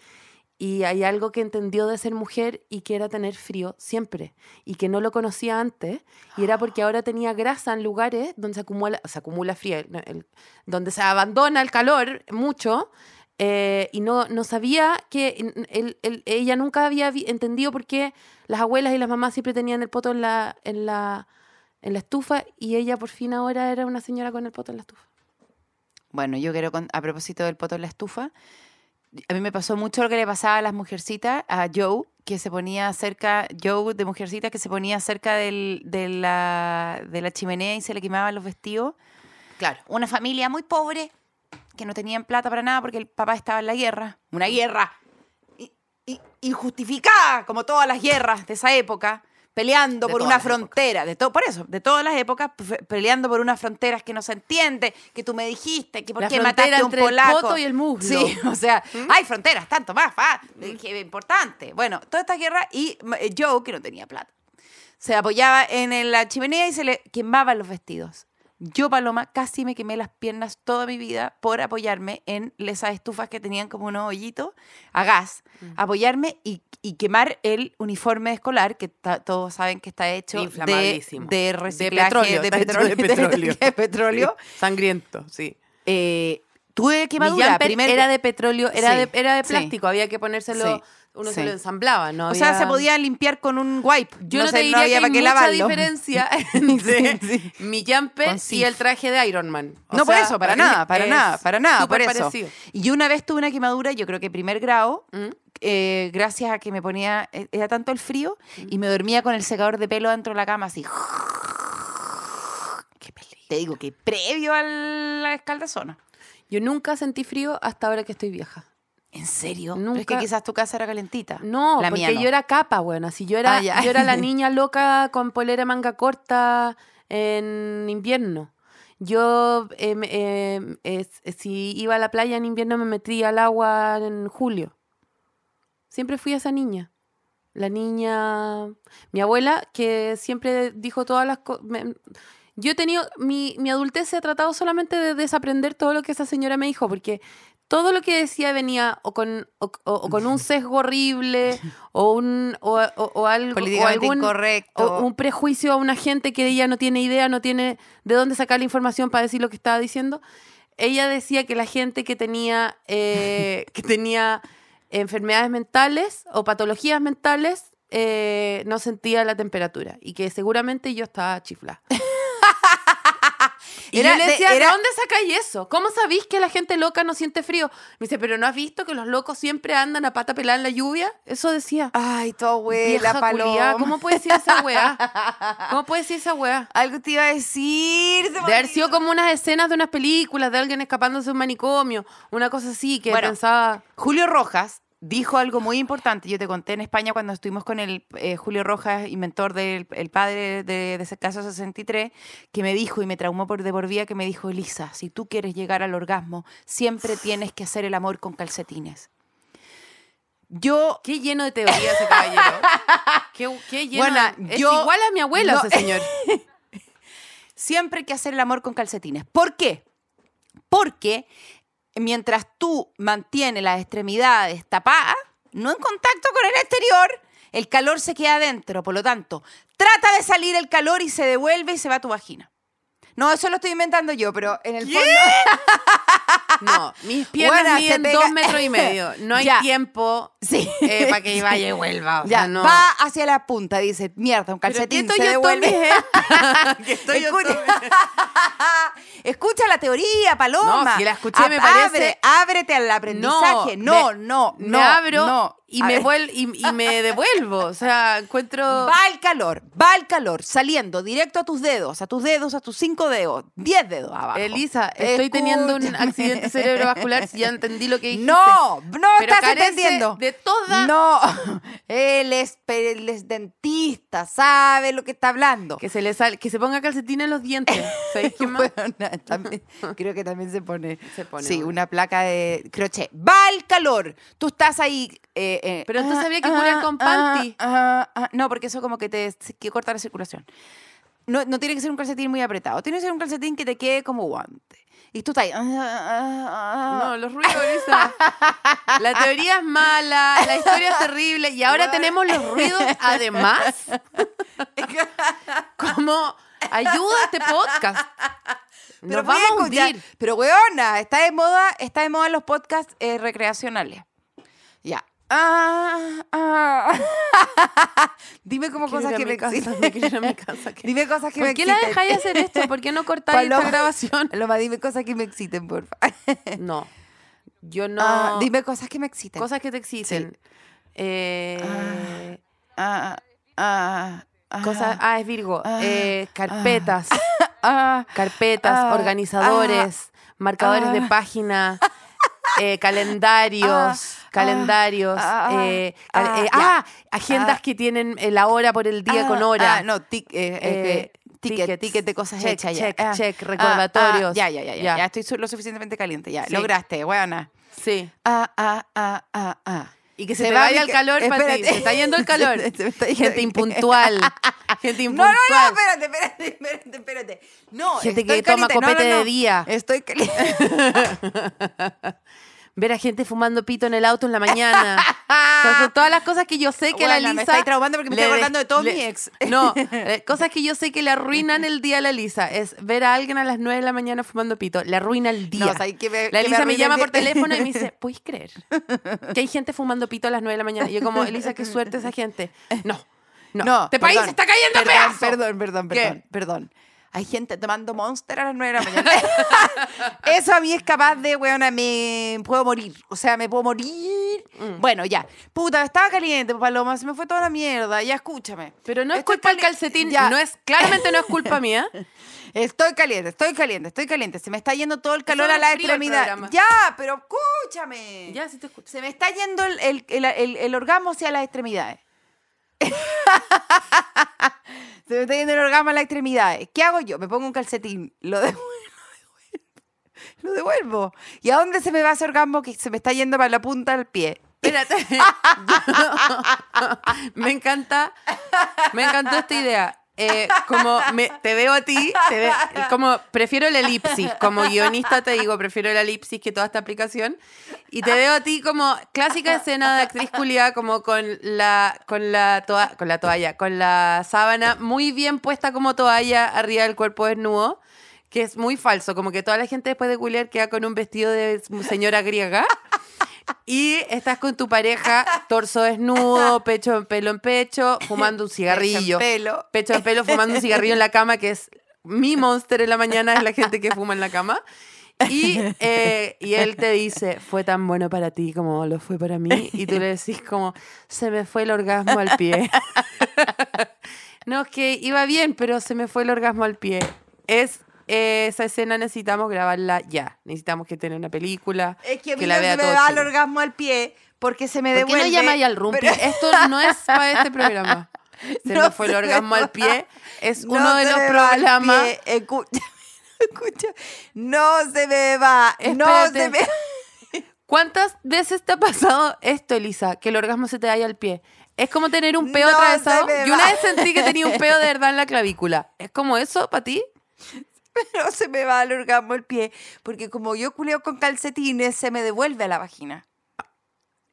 C: Y hay algo que entendió de ser mujer y que era tener frío siempre. Y que no lo conocía antes. Y era porque ahora tenía grasa en lugares donde se acumula, se acumula frío, el- el- donde se abandona el calor mucho. eh, y no, no sabía que n- el- el- ella nunca había vi- entendido por qué las abuelas y las mamás siempre tenían el poto en la, en la, en la estufa y ella por fin ahora era una señora con el poto en la estufa.
B: Bueno, yo quiero, con- a propósito del poto en la estufa, a mí me pasó mucho lo que le pasaba a las mujercitas, a Joe, que se ponía cerca, Joe de mujercitas, que se ponía cerca del- de, la, de la chimenea y se le quemaban los vestidos. Claro, una familia muy pobre, que no tenían plata para nada porque el papá estaba en la guerra. Una guerra i- i- injustificada, como todas las guerras de esa época, peleando
C: De
B: por
C: todas
B: una
C: las épocas.
B: frontera, de todo, por eso, de todas las épocas, pe- peleando por unas fronteras que no se entiende, que tú me dijiste, que por
C: La
B: qué
C: frontera
B: mataste a un
C: entre el
B: polaco.
C: poto y el muslo.
B: Sí, o sea,
C: ¿Mm?
B: hay fronteras, tanto más, fa, que importante. Bueno, toda esta guerra y eh, Joe, que no tenía plata, se apoyaba en el- la chimenea y se le quemaban los vestidos. Yo, Paloma, casi me quemé las piernas toda mi vida por apoyarme en esas estufas que tenían como unos hoyitos a gas,
C: Mm.
B: apoyarme y, y quemar el uniforme escolar, que ta- todos saben que está hecho de,
C: Inflamabilísimo.
B: de
C: De
B: reciclaje,
C: petróleo,
B: de
C: está hecho de
B: petróleo, de
C: petróleo.
B: de petróleo.
C: Sangriento, sí.
B: Eh, tuve quemadura.
C: Jumper
B: primer-
C: era de petróleo, era,
B: Sí,
C: de, era de
B: sí.
C: plástico, había que ponérselo,
B: Sí,
C: uno
B: sí.
C: se lo ensamblaba, ¿no?
B: O sea,
C: había-
B: se podía limpiar con un wipe.
C: Yo no,
B: sé,
C: te diría que
B: había para
C: hay
B: qué
C: mucha
B: lavarlo.
C: diferencia entre
B: Sí, sí.
C: mi
B: Con
C: jumper y
B: Sif.
C: el traje de Iron Man. O
B: no, por
C: sea,
B: eso, para,
C: que
B: nada, para
C: es
B: nada, para nada, por
C: súper
B: eso.
C: parecido.
B: Y yo una vez tuve una quemadura, yo creo que primer grado,
C: ¿Mm?
B: eh, gracias a que me ponía, eh, era tanto el frío,
C: Mm.
B: y me dormía con el secador de pelo dentro de la cama, así. Te digo que previo a la escaldazona.
C: Yo nunca sentí frío hasta ahora que estoy vieja.
B: ¿En serio? Pero es que
C: Nunca-
B: quizás tu casa era calentita.
C: No,
B: la
C: porque
B: mía no.
C: yo era capa, bueno, así yo era,
B: Ah, ya.
C: yo era la niña loca con polera manga corta en invierno. Yo, eh, me- eh, es- si iba a la playa en invierno, me metía al agua en julio. Siempre fui esa niña. La niña, mi abuela, que siempre dijo todas las cosas. Yo he tenido, mi, mi adultez se ha tratado solamente de desaprender todo lo que esa señora me dijo, porque todo lo que decía venía o con, o, o- o con un sesgo horrible, o, un, o, o- o algo, o
B: Políticamente
C: algún-
B: incorrecto.
C: o un prejuicio a una gente que ella no tiene idea, no tiene de dónde sacar la información para decir lo que estaba diciendo. Ella decía que la gente que tenía, eh, que tenía enfermedades mentales o patologías mentales eh, no sentía la temperatura y que seguramente yo estaba chifla.
B: Y
C: era,
B: yo le
C: de-
B: decía,
C: ¿de
B: era-
C: dónde sacáis eso? ¿Cómo sabéis que la gente loca no siente frío? Me dice, ¿pero no has visto que los locos siempre andan a pata pelada en la lluvia? Eso decía.
B: Ay, tu abuela,
C: Vieja culiá,
B: paloma.
C: ¿Cómo puede decir esa weá? ¿Cómo puede decir esa weá?
B: Algo te iba a decir. se
C: De
B: me
C: haber
B: olvidó.
C: sido como unas escenas de unas películas de alguien escapándose de un manicomio, una cosa así que
B: Bueno.
C: pensaba.
B: Julio Rojas dijo algo muy importante. Yo te conté en España cuando estuvimos con el eh, Julio Rojas, inventor del el padre de, de ese caso 63, que me dijo y me traumó por de por vida, que me dijo, Elisa, si tú quieres llegar al orgasmo, siempre tienes que hacer el amor con calcetines. Yo
C: Qué lleno de teoría ese caballero. Qué, qué lleno.
B: Buena,
C: de- es
B: yo-
C: igual a mi abuela
B: no-
C: ese señor.
B: siempre hay que hacer el amor con calcetines. ¿Por qué? Porque mientras tú mantienes las extremidades tapadas, no en contacto con el exterior, el calor se queda adentro. Por lo tanto, trata de salir el calor y se devuelve y se va a tu vagina. No, eso lo estoy inventando yo, pero en el fondo...
C: No, mis piernas
B: Buena, se
C: miden
B: pega-
C: dos metros y medio. No hay
B: Ya.
C: tiempo eh,
B: Sí.
C: para que vaya y vuelva. O sea,
B: Ya,
C: no.
B: va hacia la punta, dice, mierda, un calcetín se devuelve. Escucha, Escucha la teoría, Paloma.
C: No, si la escuché, me
B: Ab-
C: parece-
B: abre- ábrete al aprendizaje. No,
C: me-
B: no, no.
C: Me abro
B: no.
C: y,
B: A
C: me
B: ver.
C: vuel- y, y me devuelvo. O sea, encuentro.
B: Va el calor, va el calor, saliendo directo a tus dedos, a tus dedos, a tus cinco dedos, diez dedos abajo.
C: Elisa, estoy teniendo un
B: Escúchame.
C: accidente cerebrovascular. Si ya entendí lo que dijiste.
B: No, no
C: Pero
B: estás
C: carece
B: entendiendo.
C: De toda.
B: No, él es, él es dentista, sabe lo que está hablando.
C: Que se le sal- que se ponga calcetín en los dientes. ¿Sabéis qué más?
B: Weona, también- creo que también se pone,
C: Se pone
B: sí,
C: una.
B: una placa de crochet. Va el calor. Tú estás ahí. eh, eh,
C: Pero tú
B: ah,
C: sabías que
B: ah,
C: curan con
B: ah,
C: panty.
B: ah, ah. no, porque eso como que te que corta la circulación. No, no tiene que ser un calcetín muy apretado. Tiene que ser un calcetín que te quede como guante. Y tú estás ahí. ah, ah, ah, ah.
C: No, los ruidos, Elisa. La teoría es mala, la historia es terrible y ahora tenemos los ruidos además. Como ayuda a este podcast. Nos
B: Pero voy a
C: vamos a
B: escuchar-
C: hundir.
B: Pero weona, está de moda, está de moda los podcasts eh, recreacionales. Ya. Ah, ah. Dime como
C: Quiero
B: cosas
C: ir a
B: que
C: mi
B: me
C: casa,
B: existen.
C: me quiero ir a mi casa. que-
B: Dime cosas que me
C: ¿Por qué la
B: exciten.
C: dejáis hacer esto? ¿Por qué no cortáis esta
B: Paloma.
C: grabación?
B: Paloma, dime cosas que me exciten, por favor.
C: No. Yo no.
B: Ah, dime cosas que me exciten.
C: cosas que te existen. Eh,
B: Ah, ah, ah,
C: Cosas. Ah, es Virgo.
B: Ah,
C: Eh,
B: ah.
C: carpetas.
B: ah,
C: carpetas,
B: Ah,
C: organizadores, marcadores de
B: ah.
C: página, eh, calendarios,
B: Ah,
C: calendarios,
B: ah, ah,
C: eh, cal-
B: ah,
C: eh,
B: ya.
C: ah, agendas
B: Ah.
C: que tienen eh, la hora por el día
B: ah,
C: con hora.
B: ah, no, tic- eh, eh,
C: Eh,
B: que- ticket,
C: tickets,
B: ticket de cosas
C: check,
B: hechas ya.
C: check,
B: Ah,
C: check,
B: ah, ah,
C: recordatorios.
B: ya, ya, ya, ya,
C: Ya.
B: ya, Estoy su- lo suficientemente caliente, ya.
C: Sí.
B: Lograste, buena.
C: Sí.
B: Ah, ah, ah, ah, ah.
C: Y que se,
B: Se
C: te
B: va
C: vaya
B: mi
C: el
B: ca-
C: calor, para ti.
B: espérate.
C: Se está yendo el calor.
B: Se- se me está yendo
C: gente
B: el-
C: impuntual. gente
B: No, no,
C: impuntual.
B: no, espérate, espérate, espérate, espérate. No,
C: Gente
B: estoy
C: que toma
B: caliente. No, no,
C: copete de
B: no.
C: día.
B: Estoy caliente.
C: Ver a gente fumando pito en el auto en la mañana. O sea, son todas las cosas que yo sé que la
B: Guana,
C: Lisa.
B: me estáis traumando porque me
C: le
B: estoy
C: de-
B: acordando de todos
C: le-
B: mis ex.
C: No, eh, cosas que yo sé que le arruinan el día a la Lisa. Es ver a alguien a las 9 de la mañana fumando pito. Le arruina el día.
B: No, o sea, que me-
C: la
B: que
C: Elisa me
B: arruine
C: llama
B: el
C: por
B: día.
C: teléfono y me dice, ¿puedes creer? Que hay gente fumando pito a las 9 de la mañana. Y yo como, Elisa, qué suerte esa gente. No, no.
B: No,
C: este país
B: perdón,
C: se está cayendo a
B: perdón,
C: pedazos.
B: Perdón, perdón,
C: ¿Qué?
B: perdón, perdón. Hay gente tomando Monster a las 9 de la mañana. Eso a mí es capaz de, weona, me puedo morir. O sea, me puedo morir.
C: Mm.
B: Bueno, ya. Puta, estaba caliente, Paloma, se me fue toda la mierda. Ya escúchame.
C: Pero no es
B: Estoy
C: culpa del
B: cali-
C: calcetín.
B: Ya.
C: No es, claramente no es culpa mía.
B: Estoy caliente, estoy caliente, estoy caliente. Se me está yendo todo el calor
C: da
B: a la
C: frío el
B: extremidad.
C: programa.
B: Ya, pero escúchame.
C: Ya, sí te escucho.
B: Se me está yendo el, el, el- el- el orgasmo hacia las extremidades. Se me está yendo el orgasmo a las extremidades. ¿Qué hago yo? Me pongo un calcetín, lo devuelvo, lo devuelvo. ¿Y a dónde se me va ese orgasmo que se me está yendo para la punta del pie?
C: Espérate. me encanta. Me encantó esta idea. Eh, como me- te veo a ti, te ve- como prefiero el elipsis. Como guionista te digo, prefiero el elipsis que toda esta aplicación. Y te veo a ti como clásica escena de actriz culiada, como con la, con, la toa- con la toalla, con la sábana muy bien puesta como toalla arriba del cuerpo desnudo. Que es muy falso, como que toda la gente después de culiar queda con un vestido de señora griega. Y estás con tu pareja, torso desnudo, pecho en pelo en pecho, fumando un
B: Pecho en
C: cigarrillo.
B: pelo.
C: Pecho en pelo, fumando un cigarrillo en la cama, que es mi monster en la mañana es la gente que fuma en la cama. Y, eh, y él te dice, fue tan bueno para ti como lo fue para mí. Y tú le decís como, se me fue el orgasmo al pie. no, es que iba bien, pero se me fue el orgasmo al pie. Es, eh, esa escena necesitamos grabarla ya. Necesitamos que tenga una película.
B: Es que, a mí
C: la
B: no
C: vea
B: se me
C: todo
B: va el
C: Chile.
B: orgasmo al pie porque se me
C: ¿Por qué no
B: devuelve.
C: llamáis al rumpi?
B: pero-
C: Esto no es para este programa. Se
B: No
C: me fue el
B: se me
C: orgasmo al
B: va.
C: pie. Es
B: No
C: uno de
B: se
C: los
B: me va al
C: programas.
B: pie. Escucha, escucha. No se me va. No
C: Espérate.
B: se me
C: ¿Cuántas veces te ha pasado esto, Elisa? Que el orgasmo se te vaya al pie. Es como tener un peo
B: No se
C: atravesado.
B: me
C: Yo una
B: va.
C: vez sentí que tenía un peo de verdad en la clavícula. ¿Es como eso para ti?
B: no se me va el orgasmo el pie, porque como yo culeo con calcetines, se me devuelve a la vagina.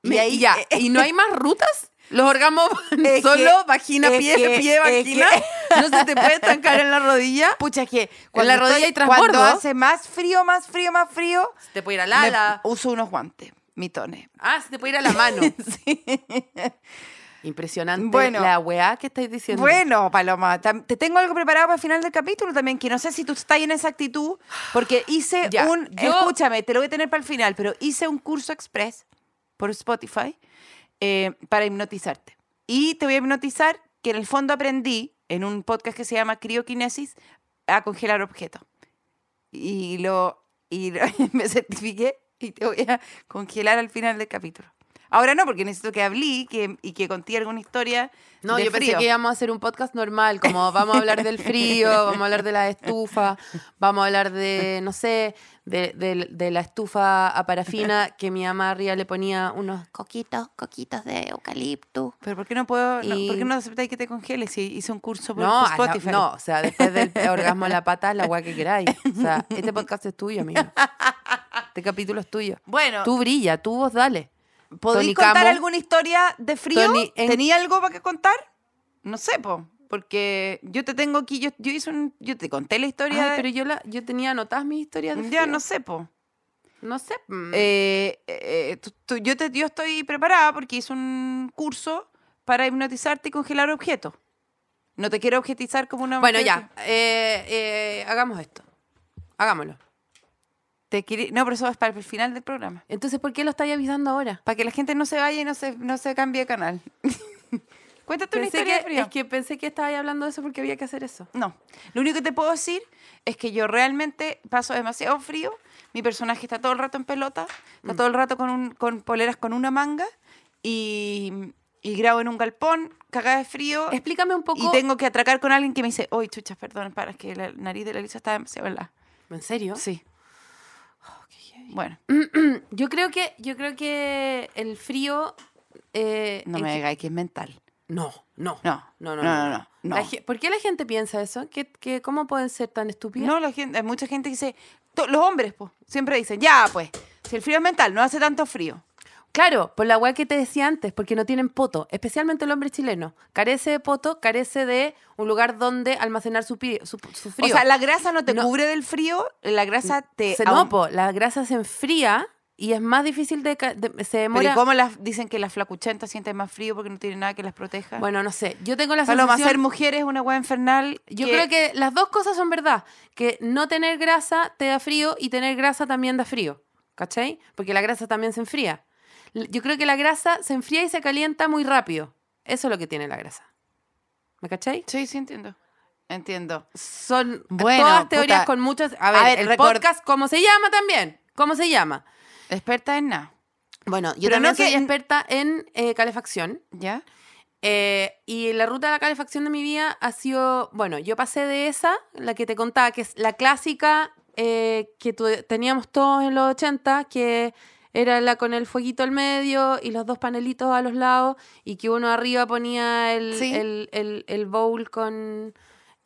C: Me- ya. ¿Y no hay más rutas? Los orgasmos van
B: Es que-
C: solo vagina,
B: es
C: pie,
B: que-
C: pie,
B: es
C: vagina. No se te puede estancar en la rodilla.
B: Pucha, es que
C: la rodilla
B: estoy-
C: hay transbordo.
B: cuando hace más frío, más frío, más frío,
C: Se te puede ir al
B: me
C: ala.
B: uso unos guantes, mitones.
C: Ah, se te puede ir a la mano.
B: Sí.
C: Impresionante
B: Bueno.
C: la weá que estáis diciendo.
B: Bueno, Paloma, tam- te tengo algo preparado para el final del capítulo también, que no sé si tú estás en esa actitud, porque hice
C: Ya,
B: un,
C: yo-
B: escúchame, te lo voy a tener para el final, pero hice un curso express por Spotify eh, para hipnotizarte. Y te voy a hipnotizar que en el fondo aprendí en un podcast que se llama Crioquinesis a congelar objetos. Y lo, y lo- me certifiqué y te voy a congelar al final del capítulo. Ahora no, porque necesito que hablé que, y que conté alguna historia.
C: No,
B: de
C: yo pensé
B: frío.
C: que íbamos a hacer un podcast normal, como vamos a hablar del frío, vamos a hablar de la estufa, vamos a hablar de, no sé, de, de- de la estufa a parafina que mi mamá arriba le ponía unos coquitos, coquitos de eucalipto.
B: Pero ¿por qué no puedo? no, ¿Por
C: Y-
B: qué no aceptáis que te congeles si hice un curso por,
C: No,
B: por
C: a la-
B: Spotify?
C: no, o sea, después del orgasmo en la pata, la weá que queráis. O sea, este podcast es tuyo, amiga. Este capítulo es tuyo.
B: Bueno,
C: Tú brilla, tú vos dale. Tony
B: ¿podéis contar
C: Camo.
B: alguna historia de frío?
C: Tony en-
B: ¿Tenía algo para que contar? No sé, po, porque yo te tengo aquí, yo, yo hice un, yo te conté la historia.
C: Ay,
B: de-
C: pero yo, la, yo tenía anotadas mis historias de
B: ya
C: frío.
B: no sé, po.
C: No sé. mm.
B: Eh, eh, tú- tú- yo, te, yo estoy preparada porque hice un curso para hipnotizarte y congelar objetos. No te quiero objetizar como una.
C: Bueno,
B: mujer
C: ya. eh, eh, hagamos esto. Hagámoslo.
B: que- Te quiere- no, pero eso es para el final del programa.
C: Entonces, ¿por qué lo estáis avisando ahora?
B: Para que la gente no se vaya y no se, no se cambie de canal. Cuéntate una
C: Pensé
B: historia de
C: que,
B: frío.
C: es que pensé que estabais hablando de eso porque había que hacer eso.
B: No. Lo único que te puedo decir es que yo realmente paso demasiado frío. Mi personaje está todo el rato en pelota,
C: Mm.
B: está todo el rato con, un- con poleras con una manga y, y grabo en un galpón, cagada de frío.
C: Explícame un poco.
B: Y tengo que atracar con alguien que me dice, oye, chuchas, perdón, para, es que la nariz de la Lisa está demasiado helada.
C: ¿En serio?
B: Sí.
C: Oh,
B: Bueno,
C: Yo creo que, yo creo que el frío. eh,
B: no
C: en
B: me
C: que-
B: digáis que es mental.
C: No, no.
B: No,
C: No, no, no,
B: no, no, no, no.
C: La ge- ¿Por qué la gente piensa eso? ¿Qué, qué- cómo pueden ser tan estúpidos?
B: No, la gente, hay mucha gente que dice, to- los hombres, pues, siempre dicen, ya, pues, si el frío es mental, no hace tanto frío.
C: Claro, por la weá que te decía antes, porque no tienen poto, especialmente el hombre chileno. Carece de poto, carece de un lugar donde almacenar su, pi- su, su frío.
B: O sea, la grasa no te
C: No.
B: cubre del frío, la grasa te...
C: se,
B: aún-
C: no, po, la grasa se enfría y es más difícil de... ca- de- se
B: Pero ¿y
C: demora...
B: cómo las, dicen que las flacuchentas sienten más frío porque no tienen nada que las proteja?
C: Bueno, no sé. Yo tengo la
B: Paloma, ser
C: sensación...
B: mujer es una hueá infernal.
C: Yo creo que las dos cosas son verdad. Que no tener grasa te da frío y tener grasa también da frío. ¿Cachai? Porque la grasa también se enfría. L- Yo creo que la grasa se enfría y se calienta muy rápido. Eso es lo que tiene la grasa. ¿Me cachai?
B: Sí, sí, entiendo. Entiendo.
C: Son
B: Bueno,
C: todas teorías
B: puta.
C: con muchas... A ver,
B: ver,
C: el
B: record-
C: podcast, ¿cómo se llama también? ¿Cómo se llama?
B: Experta en nada.
C: Bueno, yo
B: Pero
C: también
B: no
C: soy
B: que-
C: experta en eh, calefacción.
B: ¿Ya?
C: Eh, y la ruta de la calefacción de mi vida ha sido, bueno, yo pasé de esa, la que te contaba, que es la clásica eh, que tu- teníamos todos en los 80, que era la con el fueguito al medio y los dos panelitos a los lados, y que uno arriba ponía el,
B: Sí.
C: el, el- el bowl con,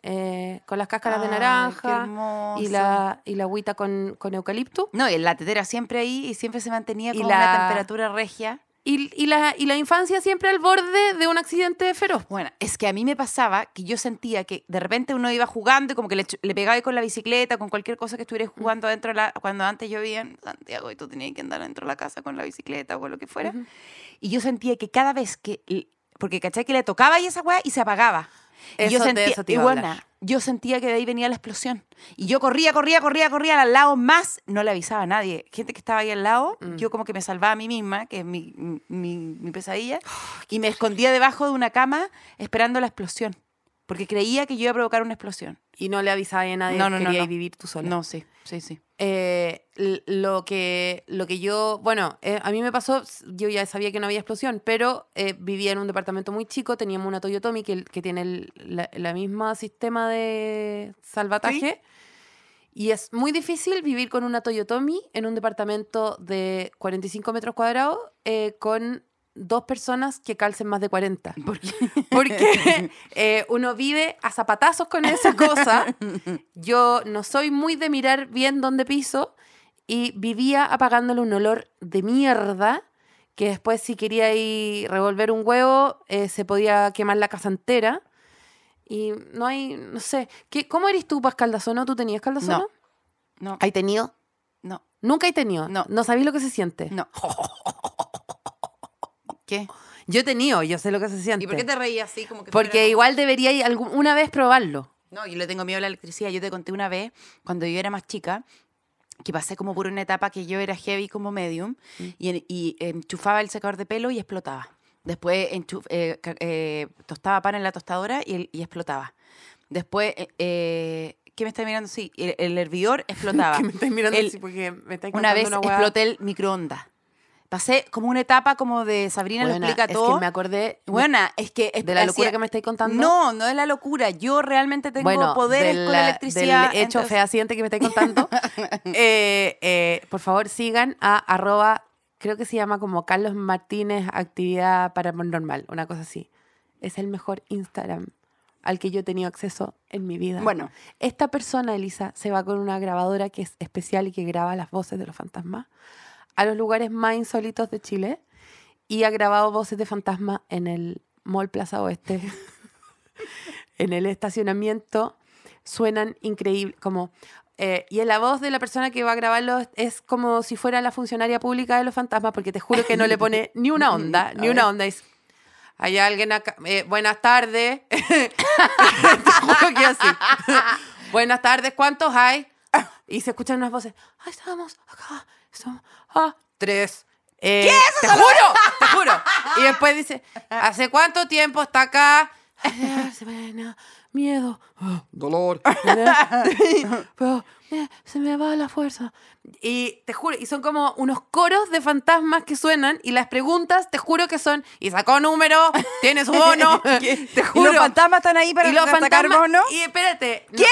C: eh, con las cáscaras de
B: Ay, qué
C: naranja y
B: hermoso.
C: la, y la agüita con, con eucalipto.
B: No, y la tetera siempre ahí y siempre se mantenía
C: Y
B: con una
C: la-
B: temperatura regia.
C: Y, y la, y la infancia siempre al borde de un accidente feroz.
B: Bueno, es que a mí me pasaba que yo sentía que de repente uno iba jugando y como que le, ch- le pegaba ahí con la bicicleta, con cualquier cosa que estuviera jugando adentro de la... Cuando antes yo vivía en Santiago y tú tenías que andar dentro de la casa con la bicicleta o con lo que fuera.
C: Ujú.
B: Y yo sentía que cada vez que... l- Porque caché que le tocaba y esa weá y se apagaba. y
C: Eso
B: yo
C: te-
B: sentía...
C: eso te
B: y
C: iba a hablar.
B: weona, yo sentía que de ahí venía la explosión. Y yo corría, corría, corría, corría al lado más, no le avisaba a nadie. Gente que estaba ahí al lado, yo como que me salvaba a mí misma, que es mi, mi, mi pesadilla, y me escondía debajo de una cama esperando la explosión, porque creía que yo iba a provocar una explosión.
C: Y no le avisaba a nadie
B: No,
C: que
B: no, no,
C: quería
B: no.
C: vivir tú sola.
B: No, sí, sí, sí.
C: Eh, l- lo, que, lo que yo, bueno, eh, a mí me pasó, s- yo ya sabía que no había explosión, pero eh, vivía en un departamento muy chico, teníamos una Toyotomi que, el- que tiene el la, la misma sistema de salvataje. Y es muy difícil vivir con una Toyotomi en un departamento de 45 metros cuadrados eh, con dos personas que calcen más de 40.
B: ¿Por qué?
C: Porque eh, uno vive a zapatazos con esa cosa. Yo no soy muy de mirar bien dónde piso y vivía apagándole un olor de mierda que después si quería ir revolver un huevo eh, se podía quemar la casa entera. Y no hay, no sé, ¿qué, ¿cómo eres tú, Pascal Dazono? ¿Tú tenías caldazono?
B: No. No,
C: ¿Hay tenido?
B: no,
C: Nunca he tenido.
B: No.
C: No sabéis lo que se siente.
B: no. ¿Qué?
C: Yo he tenido, yo sé lo que se siente.
B: ¿Y por qué te reías así? Como que fuera-
C: Porque igual debería ir algún- una vez probarlo.
B: No, yo le tengo miedo a la electricidad. Yo te conté una vez, cuando yo era más chica, que pasé como por una etapa que yo era heavy como medium
C: Mm.
B: y, en- y enchufaba el secador de pelo y explotaba. Después enchuf- eh, ca- eh, tostaba pan en la tostadora y, el- y explotaba. Después, eh, eh, ¿qué me está mirando? Sí, el, el hervidor explotaba.
C: Que me estáis mirando
B: Ah. El-
C: así porque me estáis
B: una
C: contando
B: vez
C: hueá.
B: exploté el microondas. Pasé como una etapa como de Sabrina
C: Buena,
B: lo explica
C: es
B: todo.
C: que me acordé
B: Buena, es que... es-
C: de la locura
B: hacía-
C: que me estáis contando.
B: No, no es la locura. Yo realmente tengo
C: bueno,
B: poderes
C: de
B: con
C: la-
B: electricidad.
C: Del hecho
B: entonces-
C: fehaciente que me estáis contando. Eh, eh, por favor, sigan a arroba, creo que se llama como Carlos Martínez Actividad Paranormal, una cosa así. Es el mejor Instagram al que yo he tenido acceso en mi vida.
B: Bueno,
C: Esta persona, Elisa, se va con una grabadora que es especial y que graba las voces de los fantasmas a los lugares más insólitos de Chile y ha grabado voces de fantasmas en el Mall Plaza Oeste, en el estacionamiento. Suenan increíble, como... eh, y en la voz de la persona que va a grabarlo es- es como si fuera la funcionaria pública de los fantasmas, porque te juro que no le pone ni una onda, ni una onda. Es, hay alguien acá. Eh, buenas tardes. Te juro que así. buenas tardes, ¿cuántos hay? Y se escuchan unas voces. Ah, estábamos acá. Estamos, ah, tres. Eh, ¡Te juro! ¡Te juro! Y después dice, ¿hace cuánto tiempo está acá? Ay, se me da Miedo. Ah, Dolor. Pero, eh, se me va la fuerza. Y te juro, y son como unos coros de fantasmas que suenan y las preguntas, te juro que son, y sacó número, tiene su bono, te juro.
B: los fantasmas están ahí para,
C: Y los
B: sacar
C: fantasmas-
B: bono.
C: Y espérate. no-
B: ¿Qué?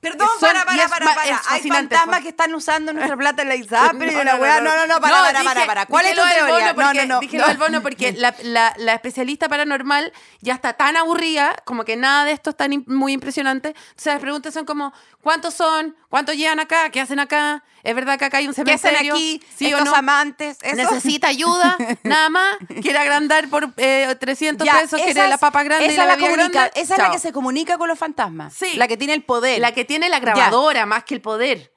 B: Perdón,
C: Son-
B: para,
C: y
B: para,
C: es ma-
B: para, para.
C: es
B: Hay
C: fascinante,
B: fantasmas
C: fue-
B: que están usando nuestra plata en la ISAPRE y
C: No,
B: la
C: no,
B: Ah, weá.
C: no,
B: No, no,
C: no,
B: no, para, para,
C: dije-
B: para, para. ¿Cuál es
C: dije lo
B: tu
C: del
B: teoría?
C: bono
B: No, no,
C: porque-
B: no.
C: Dije
B: no.
C: lo del bono porque la, la- la especialista paranormal ya está tan aburrida, como que nada de esto es tan im- muy impresionante. Entonces las preguntas son como, ¿cuántos son? ¿Cuántos llegan acá? ¿Qué hacen acá? ¿Es verdad que acá hay un
B: ¿Qué hacen
C: cementerio?
B: aquí?
C: ¿Sí o
B: estos
C: no?
B: amantes. ¿Eso?
C: Necesita ayuda, nada más. Quiere agrandar por eh, 300
B: Ya,
C: pesos,
B: esa
C: quiere la
B: es-
C: papa grande
B: esa
C: y la,
B: es la
C: bebida
B: comunica-
C: grande.
B: Esa es la
C: Chao.
B: que se comunica con los fantasmas.
C: Sí.
B: La que tiene el poder.
C: La que tiene la grabadora más que el poder.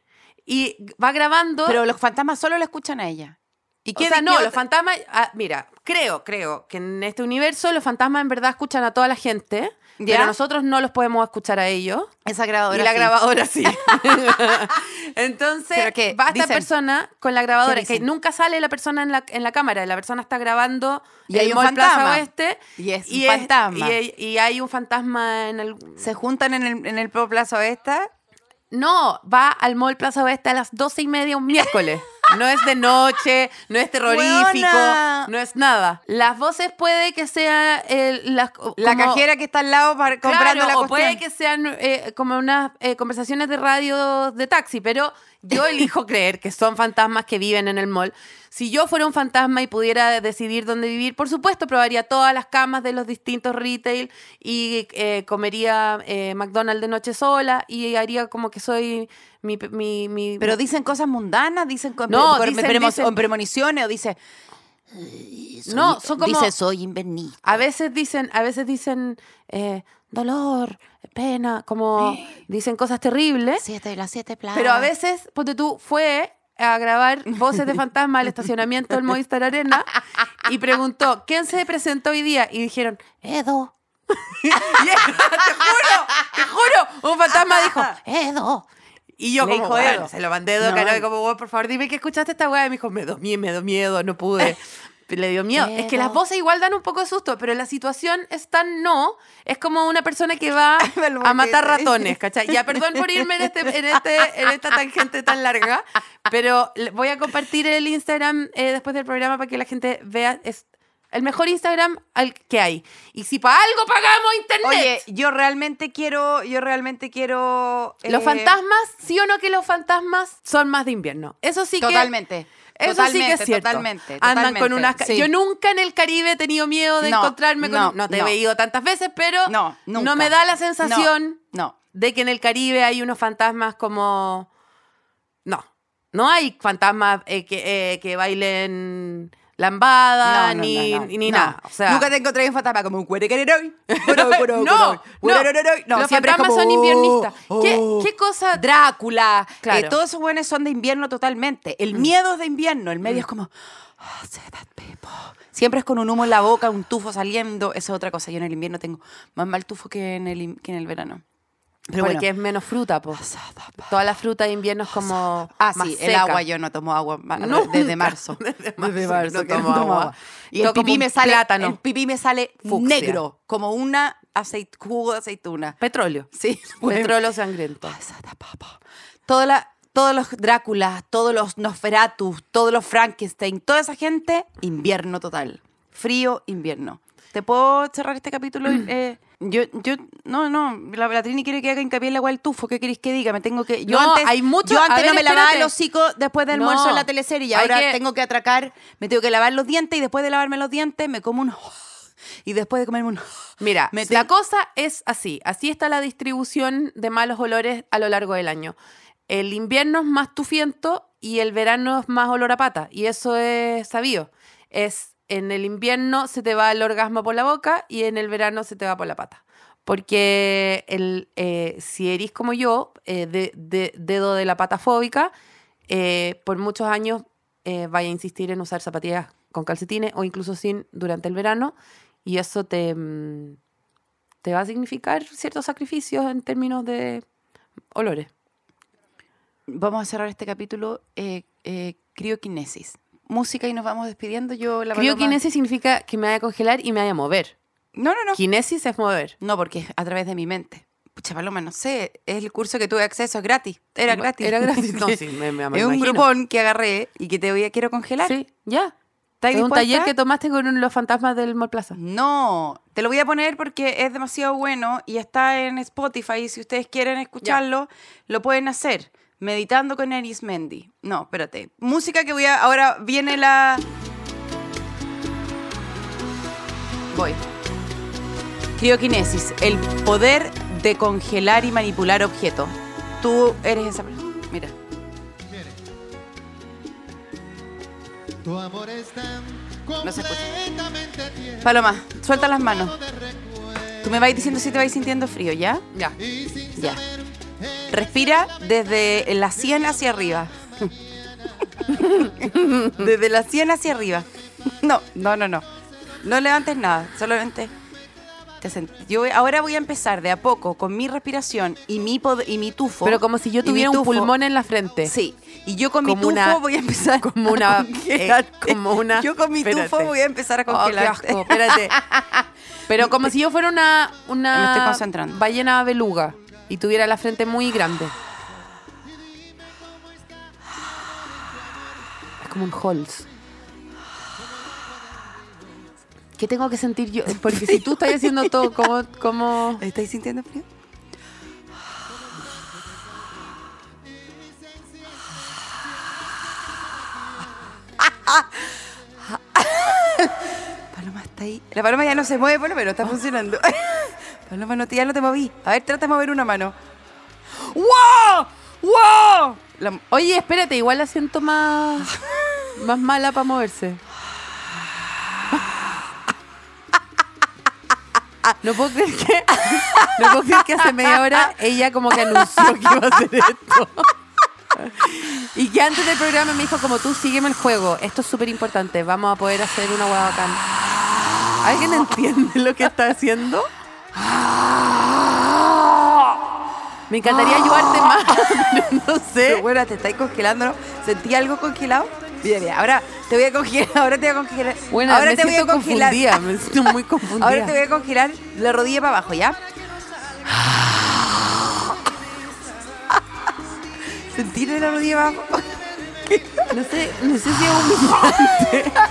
C: Y va grabando.
B: Pero los fantasmas solo la escuchan a ella. ¿Y
C: O sea, no, los fantasmas. ah, mira, creo, creo que en este universo los fantasmas en verdad escuchan a toda la gente,
B: ¿Ya?
C: pero nosotros no los podemos escuchar a ellos.
B: Esa grabadora.
C: y la
B: sí.
C: grabadora sí. Entonces,
B: ¿Pero qué?
C: va esta
B: Dicen-
C: persona con la grabadora,
B: ¿Qué
C: que
B: dicen?
C: nunca sale la persona en la, en la cámara, la persona está grabando
B: Y hay
C: el
B: un
C: Mall Plaza
B: fantasma.
C: Oeste.
B: Y es un
C: es-
B: fantasma.
C: y- y hay un fantasma en el,
B: Se juntan en el, en el Pro Plaza Oesta.
C: No, va al Mall Plaza Oeste a las doce y media un miércoles. No es de noche, no es terrorífico,
B: Weona.
C: no es nada. Las voces puede que sea el- las-
B: La
C: como-
B: cajera que está al lado para, comprando
C: Claro,
B: la
C: o puede
B: cuestión.
C: que sean eh, como unas eh, conversaciones de radio de taxi, pero yo elijo creer que son fantasmas que viven en el mall. Si yo fuera un fantasma y pudiera decidir dónde vivir, por supuesto probaría todas las camas de los distintos retail y eh, comería eh, McDonald's de noche sola y haría como que soy mi... mi, mi-
B: Pero dicen cosas mundanas, dicen, con,
C: No,
B: con-
C: dicen-
B: premo-
C: dicen-
B: con premoniciones, o dice.
C: No, son como-
B: Dice, soy invernista.
C: A veces dicen, a veces dicen eh, dolor, pena, como dicen cosas terribles.
B: Siete, las siete plazas.
C: Pero a veces, ponte tú, fue a grabar voces de fantasma al estacionamiento del Movistar Arena y preguntó, ¿quién se presentó hoy día? Y dijeron, Edo. Y era- te juro, te juro. Un fantasma dijo, Edo. Y yo
B: Le
C: como,
B: dijo
C: "Weón",
B: Edo.
C: se lo mandé a Edo,
B: No.
C: Caro, y como, "Weón, por favor, dime que escuchaste esta weá. Y me dijo, me dio miedo, me dio miedo, no pude. Le dio miedo. Es que
B: Edo.
C: las voces igual dan un poco de susto, pero la situación es tan no. Es como una persona que va
B: Del
C: a matar
B: boquete.
C: ratones, ¿cachai? Ya, perdón por irme en, este, en, este, en esta tangente tan larga, pero le- voy a compartir el Instagram eh, después del programa para que la gente vea. Es el mejor Instagram al que hay. Y si para algo pagamos
B: Oye,
C: internet.
B: yo realmente quiero, yo realmente quiero.
C: los
B: eh,
C: fantasmas, sí o no que los fantasmas son más de invierno. Eso sí que.
B: Totalmente.
C: Eso sí que es
B: totalmente,
C: cierto.
B: Totalmente.
C: Andan con
B: totalmente,
C: unas. ca-
B: sí.
C: Yo nunca en el Caribe he tenido miedo de
B: No,
C: encontrarme con.
B: no,
C: No, te
B: no.
C: he veído tantas veces, pero.
B: No, nunca.
C: No me da la sensación.
B: No.
C: de que en el Caribe hay unos fantasmas como... No, no hay fantasmas eh, que, eh, que bailen lambada
B: No, no,
C: ni,
B: no, no,
C: ni
B: no.
C: nada. O sea,
B: Nunca te encontré en fantasma como un cuerequereroy. No,
C: no,
B: no,
C: los
B: siempre es
C: fantasmas
B: como,
C: son inviernistas.
B: oh, oh.
C: ¿Qué, qué cosa?
B: Drácula.
C: Claro. Mm.
B: eh, todos esos buenos son de invierno totalmente. El miedo es de invierno. El medio es como. "Oh, say that people". Siempre es con un humo en la boca, un tufo saliendo. Esa es otra cosa. Yo en el invierno tengo más mal tufo que en el, in- que en el verano. Pero
C: Porque
B: bueno.
C: es menos fruta, pues. Toda la fruta de invierno es como
B: Ah,
C: más
B: sí, el
C: seca.
B: agua. Yo no tomo agua ma-
C: Nunca.
B: desde marzo.
C: Desde marzo que no
B: que no
C: tomo agua.
B: Y el
C: Todo como
B: pipí,
C: un
B: me sale,
C: plátano.
B: el pipí me sale
C: Fucsia.
B: negro, como una aceit jugo de aceituna.
C: Petróleo.
B: Sí,
C: Petróleo sangriento.
B: Toda la- todos los Dráculas, todos los Nosferatus, todos los Frankenstein, toda esa gente, invierno total. Frío, invierno. ¿Te puedo cerrar este capítulo?
C: Mm.
B: Eh, yo, yo, no, no, la, la Trini quiere que haga hincapié en la agua del tufo. ¿Qué queréis que diga? Me tengo que. Yo
C: No,
B: antes,
C: hay mucho-
B: yo
C: a
B: antes
C: ver,
B: no me lavaba
C: espérate.
B: el hocico después del
C: No,
B: almuerzo en la teleserie y
C: hay
B: ahora
C: que-
B: tengo que atracar, me tengo que lavar los dientes y después de lavarme los dientes me como un. Y después de comerme un.
C: Mira,
B: me
C: la
B: te-
C: cosa es así. Así está la distribución de malos olores a lo largo del año. El invierno es más tufiento y el verano es más olor a pata. Y eso es sabido. Es en el invierno se te va el orgasmo por la boca y en el verano se te va por la pata. Porque el, eh, si erís como yo, eh, de, de- dedo de la pata fóbica, eh, por muchos años eh, vaya a insistir en usar zapatillas con calcetines o incluso sin durante el verano. Y eso te, mm, te va a significar ciertos sacrificios en términos de olores.
B: Vamos a cerrar este capítulo eh, eh, crioquinesis. Música y nos vamos despidiendo. Yo la Paloma-
C: Crioquinesis significa que me vaya a congelar y me vaya a mover.
B: No, no, no.
C: Kinesis es mover.
B: No, porque es a través de mi mente. Pucha, Paloma, no sé. Es el curso que tuve acceso, es gratis. Era gratis.
C: Era gratis. No, sí, me, me, me
B: es un
C: imagino.
B: grupón que agarré y que te voy a quiero congelar.
C: Sí, ya.
B: ¿Estáis
C: Es un
B: dispuesta?
C: taller que tomaste con un- los fantasmas del Mall Plaza.
B: No, te lo voy a poner porque es demasiado bueno y está en Spotify. Y si ustedes quieren escucharlo, lo pueden hacer. Meditando con Eris Mendy. No, espérate. Música que voy a. Ahora viene la. Voy. Crioquinesis, el poder de congelar y manipular objetos. Tú eres esa persona. Mira.
D: Viene. Tu amor es tan
B: No se escucha.
D: completamente tierno
B: Paloma, suelta las manos.
D: de recuerdo
B: Tú me vas diciendo si te vas sintiendo frío, ¿ya?
C: Ya.
D: y sin
B: Ya.
D: saber eh,
B: Respira desde la sien hacia arriba. Desde la sien hacia arriba. No, no, no, no. No levantes nada, solamente te sent- Yo voy- ahora voy a empezar de a poco con mi respiración y mi pod- y mi tufo.
C: Pero como si
B: Y
C: yo
B: mi
C: tuviera un
B: tufo.
C: pulmón en la frente.
B: Sí, y yo con mi
C: Como
B: tufo
C: una-
B: voy a empezar
C: como una-
B: a congelarte.
C: eh, como una-
B: Yo con mi
C: espérate.
B: tufo voy a empezar a
C: Oh, qué
B: congelar.
C: asco, espérate. Pero como si yo fuera una, una
B: Me estoy concentrando.
C: ballena beluga y tuviera la frente muy grande. Es como un Halls. ¿Qué tengo que sentir yo? Porque si tú estás haciendo todo como... como...
B: ¿Estáis sintiendo frío? Paloma está ahí. La paloma ya no se mueve, bueno, pero está funcionando. Paloma, no te, ya no te moví. A ver, trata de mover una mano. ¡Wow! ¡Wow! La-
C: Oye, espérate, igual la siento más, más mala para moverse. No puedo creer que. No puedo creer que hace media hora ella como que anunció que iba a hacer esto. Y que antes del programa me dijo como tú sígueme el juego. Esto es súper importante. Vamos a poder hacer una hueá bacán. ¿Alguien entiende lo que está haciendo? Me encantaría ayudarte más, pero no
B: Pero
C: sé.
B: bueno, te estáis congelando. ¿no? ¿Sentí algo congelado? Mira, mira, ahora te voy a congelar, ahora te voy a congelar.
C: Bueno,
B: ahora
C: me
B: te voy a
C: siento
B: congelar.
C: confundida, me siento muy confundida.
B: Ahora te voy a congelar la rodilla para abajo, ¿ya?
C: Ah.
B: ¿Sentir la rodilla para abajo?
C: No sé, no sé si es humillante.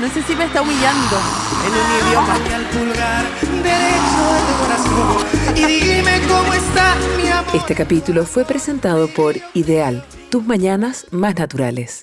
C: No sé si me está humillando en un idioma.
E: al pulgar derecho de tu corazón y dime cómo está mi amor.
A: Este capítulo fue presentado por Ideal, tus mañanas más naturales.